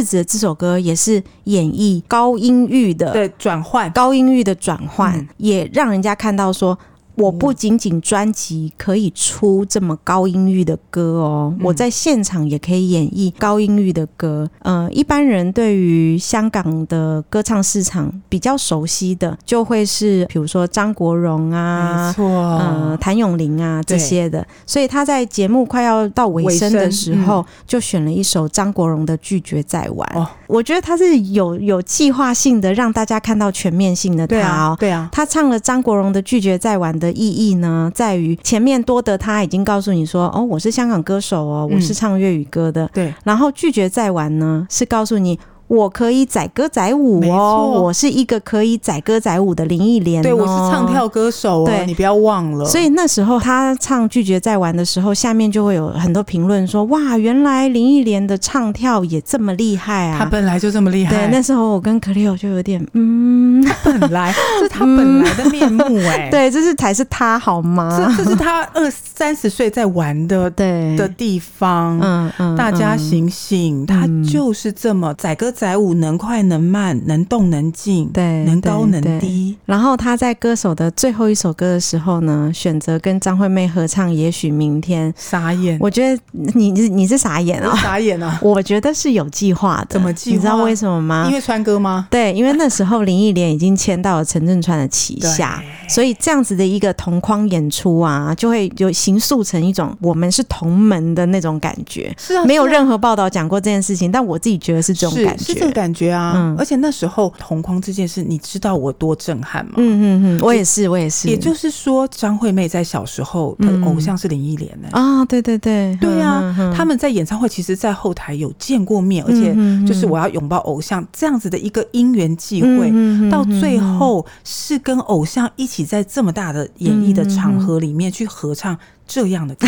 Speaker 2: 柿子这首歌也是演绎高音域的
Speaker 3: 对，转换
Speaker 2: 呃高音域的转换，
Speaker 3: 嗯
Speaker 2: 也让人家看到说。我不仅仅专辑可以出这么高音域的歌哦，
Speaker 3: 嗯
Speaker 2: 我在现场也可以演绎高音域的歌。呃，一般人对于香港的歌唱市场比较熟悉的，就会是比如说张国荣啊，
Speaker 3: 没错，
Speaker 2: 呃，谭咏麟啊这
Speaker 3: 对
Speaker 2: 些的，所以他在节目快要到尾
Speaker 3: 尾
Speaker 2: 声的
Speaker 3: 声嗯
Speaker 2: 时候，就选了一首张国荣的《拒绝再玩》
Speaker 3: 哦
Speaker 2: 我觉得他是有有计划性的让大家看到全面性的他
Speaker 3: 对
Speaker 2: 哦
Speaker 3: 啊，。对啊，
Speaker 2: 他唱了张国荣的《拒绝再玩》的意义呢，在于前面多得他已经告诉你说，哦，我是香港歌手哦，
Speaker 3: 嗯
Speaker 2: 我是唱粤语歌的。
Speaker 3: 对
Speaker 2: 然后《拒绝再玩》呢，是告诉你我可以载歌载舞
Speaker 3: 没
Speaker 2: 哦，
Speaker 3: 错
Speaker 2: 我是一个可以载歌载舞的林忆莲、哦，
Speaker 3: 对我是唱跳歌手哦
Speaker 2: 对，
Speaker 3: 你不要忘了。
Speaker 2: 所以那时候他唱《拒绝再玩》的时候，下面就会有很多评论说：“哇，原来林忆莲的唱跳也这么厉害
Speaker 3: 他
Speaker 2: 啊
Speaker 3: 本来就这么！”厉害，
Speaker 2: 对，那时候我跟 Cleo 就有点嗯，
Speaker 3: 本 来这是他本来的面目哎、
Speaker 2: 对，这是才是他好吗？
Speaker 3: 这这是啊他二三十岁在玩的
Speaker 2: 对
Speaker 3: 的地方。
Speaker 2: 嗯嗯，
Speaker 3: 大家
Speaker 2: 嗯
Speaker 3: 醒醒，他就是这么载歌载舞，能快能慢，能动能静，
Speaker 2: 对
Speaker 3: 能高
Speaker 2: 对
Speaker 3: 能
Speaker 2: 对
Speaker 3: 低。
Speaker 2: 然后他在歌手的最后一首歌的时候呢，选择跟张惠妹合唱《也许明天》，
Speaker 3: 傻眼，
Speaker 2: 我觉得你你是你是傻眼啊、
Speaker 3: 傻眼啊！
Speaker 2: 我觉得是有计划的，
Speaker 3: 怎么计划
Speaker 2: 你知道为什么吗？
Speaker 3: 因为川哥吗？
Speaker 2: 对，因为那时候林忆莲已经签到了陈振川的旗下，所以这样子的一个同框演出啊，就会有形塑成一种我们是同门的那种感觉。
Speaker 3: 是啊
Speaker 2: 没有
Speaker 3: 是啊
Speaker 2: 任何报道讲过这件事情，但我自己觉得是这种
Speaker 3: 是
Speaker 2: 感
Speaker 3: 是
Speaker 2: 觉。
Speaker 3: 这个感觉啊！
Speaker 2: 嗯
Speaker 3: 而且那时候同框这件事，你知道我多震撼吗？
Speaker 2: 嗯嗯嗯，我也是，我也是。
Speaker 3: 也就是说，张惠妹在小时候，她的偶像是林忆莲呢。
Speaker 2: 啊、对对对，
Speaker 3: 对啊
Speaker 2: 嗯，嗯嗯
Speaker 3: 他们在演唱会其实，在后台有见过面，而且
Speaker 2: 嗯嗯嗯
Speaker 3: 就是我要拥抱偶像这样子的一个因缘际会，
Speaker 2: 嗯嗯嗯
Speaker 3: 到最后是跟偶像一起在这么大的演绎的场
Speaker 2: 嗯
Speaker 3: 合里面去合唱这 样的歌，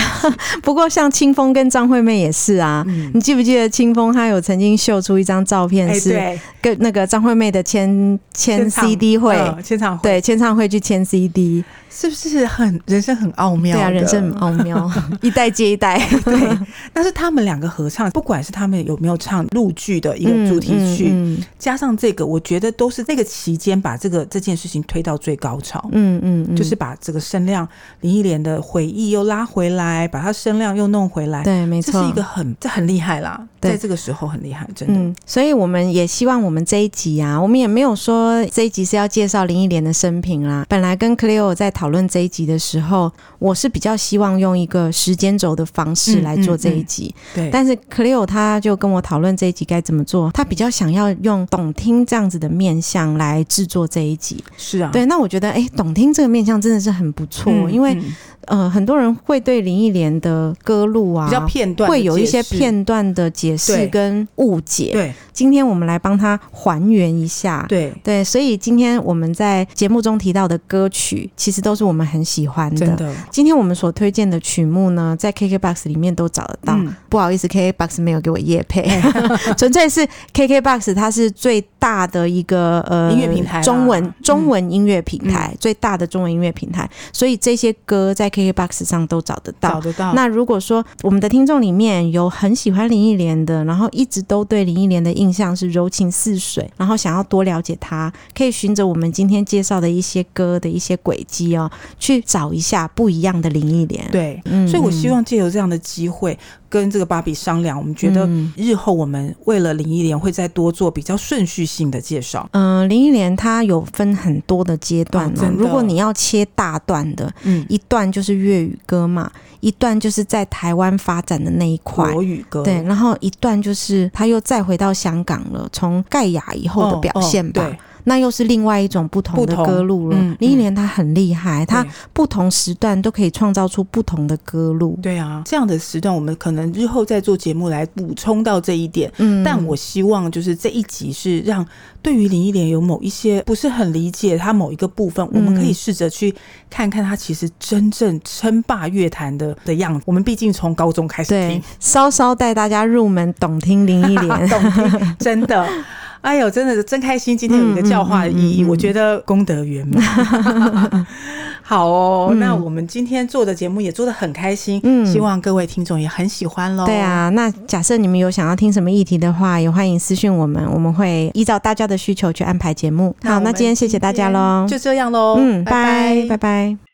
Speaker 2: 不过像清风跟张惠妹也是啊，
Speaker 3: 嗯
Speaker 2: 你记不记得清风她有曾经秀出一张照片是
Speaker 3: 哎对，
Speaker 2: 跟那个张惠妹的签签 CD 会，
Speaker 3: 嗯签唱会，
Speaker 2: 对，签唱会去签 CD，
Speaker 3: 是不是很人生很奥妙？
Speaker 2: 对啊，人生很。奥 妙，一代接一代，
Speaker 3: 对， 但是他们两个合唱，不管是他们有没有唱陆剧的一个主题曲，
Speaker 2: 嗯
Speaker 3: 加上这个，我觉得都是那个期间把这个这件事情推到最高潮。
Speaker 2: 嗯嗯嗯，
Speaker 3: 就是把这个声量，林忆莲的回忆又拉回来，把她声量又弄回来，
Speaker 2: 对，没
Speaker 3: 这
Speaker 2: 错，
Speaker 3: 是一个很这很厉害啦，
Speaker 2: 对
Speaker 3: 在这个时候很厉害，真的。
Speaker 2: 嗯，所以我们也希望我们这一集啊，我们也没有说这一集是要介绍林忆莲的生平啦。本来跟 Cleo 在讨论这一集的时候，我是比较希望用一个时间轴的方式
Speaker 3: 嗯
Speaker 2: 来做
Speaker 3: 嗯
Speaker 2: 这一
Speaker 3: 嗯
Speaker 2: 集，
Speaker 3: 对，
Speaker 2: 但是 Cleo 他就跟我讨论这一集该怎么做，他比较想要用懂听这样子的面向来制作这一集。
Speaker 3: 是啊，
Speaker 2: 对，那我觉得哎、懂听这个面向真的是很不错，
Speaker 3: 嗯，
Speaker 2: 因为
Speaker 3: 嗯
Speaker 2: 呃，很多人会对林忆莲的歌路啊
Speaker 3: 比较片段的
Speaker 2: 会有一些
Speaker 3: 解释
Speaker 2: 片段的解释
Speaker 3: 对
Speaker 2: 跟误解。
Speaker 3: 对
Speaker 2: 今天我们来帮他还原一下。
Speaker 3: 对，
Speaker 2: 对，所以今天我们在节目中提到的歌曲，其实都是我们很喜欢的。
Speaker 3: 真的，
Speaker 2: 今天我们所推荐的曲目呢，在 KKBOX 里面都找得到。
Speaker 3: 嗯
Speaker 2: 不好意思，KKBOX 没有给我夜配，
Speaker 3: 哎
Speaker 2: 纯粹是 KKBOX 它是最大的一个呃
Speaker 3: 音乐平台啦
Speaker 2: 中文
Speaker 3: 嗯
Speaker 2: 中文音乐平台、最大的中文音乐平台，所以这些歌在 KKBOX 上都找得
Speaker 3: 找
Speaker 2: 到。
Speaker 3: 得到。
Speaker 2: 那如果说我们的听众里面有很喜欢林忆莲的，然后一直都对林忆莲的印象是柔情似水，然后想要多了解她，可以循着我们今天介绍的一些歌的一些轨迹哦，去找一下不一样的林忆莲。
Speaker 3: 对，
Speaker 2: 嗯，嗯
Speaker 3: 所以我希望借由这样的机会跟这个芭比商量，我们觉得
Speaker 2: 嗯
Speaker 3: 日后我们为了林忆莲会再多做比较顺序性的介绍。
Speaker 2: 嗯、林忆莲她有分很多的阶段
Speaker 3: 哦
Speaker 2: 哦。
Speaker 3: 真的
Speaker 2: 如果你要切大段的，
Speaker 3: 嗯，
Speaker 2: 一段就是粤语歌嘛，一段就是在台湾发展的那一块。
Speaker 3: 国语歌
Speaker 2: 对，然后一段就是她又再回到香港了，从盖亚以后的表现吧，
Speaker 3: 哦哦
Speaker 2: 那又是另外一种不同的
Speaker 3: 不同
Speaker 2: 歌路了。
Speaker 3: 嗯
Speaker 2: 林忆莲她很厉害，她
Speaker 3: 对
Speaker 2: 不同时段都可以创造出不同的歌路。
Speaker 3: 对啊，这样的时段我们可能日后再做节目来补充到这一点。
Speaker 2: 嗯
Speaker 3: 但我希望就是这一集是让对于林忆莲有某一些不是很理解她某一个部分，我们可以试着去看看她其实真正称霸乐坛的的样子。我们毕竟从高中开始
Speaker 2: 对
Speaker 3: 听，
Speaker 2: 稍稍带大家入门，懂听林忆莲。
Speaker 3: 懂 听，真的。哎呦，真的是真开心！今天有一个教
Speaker 2: 嗯
Speaker 3: 化的意义，我觉得功德 圆满。好哦，那我们今天做的节目也做的很开心，
Speaker 2: 嗯
Speaker 3: 希望各位听众也很喜欢喽。
Speaker 2: 对，啊，那假设你们有想要听什么议题的话，也欢迎私讯我们，我们会依照大家的需求去安排节目。好，
Speaker 3: 我
Speaker 2: 那
Speaker 3: 们
Speaker 2: 今天谢谢大家喽，
Speaker 3: 就这样喽，
Speaker 2: 嗯，
Speaker 3: 拜
Speaker 2: 拜拜拜。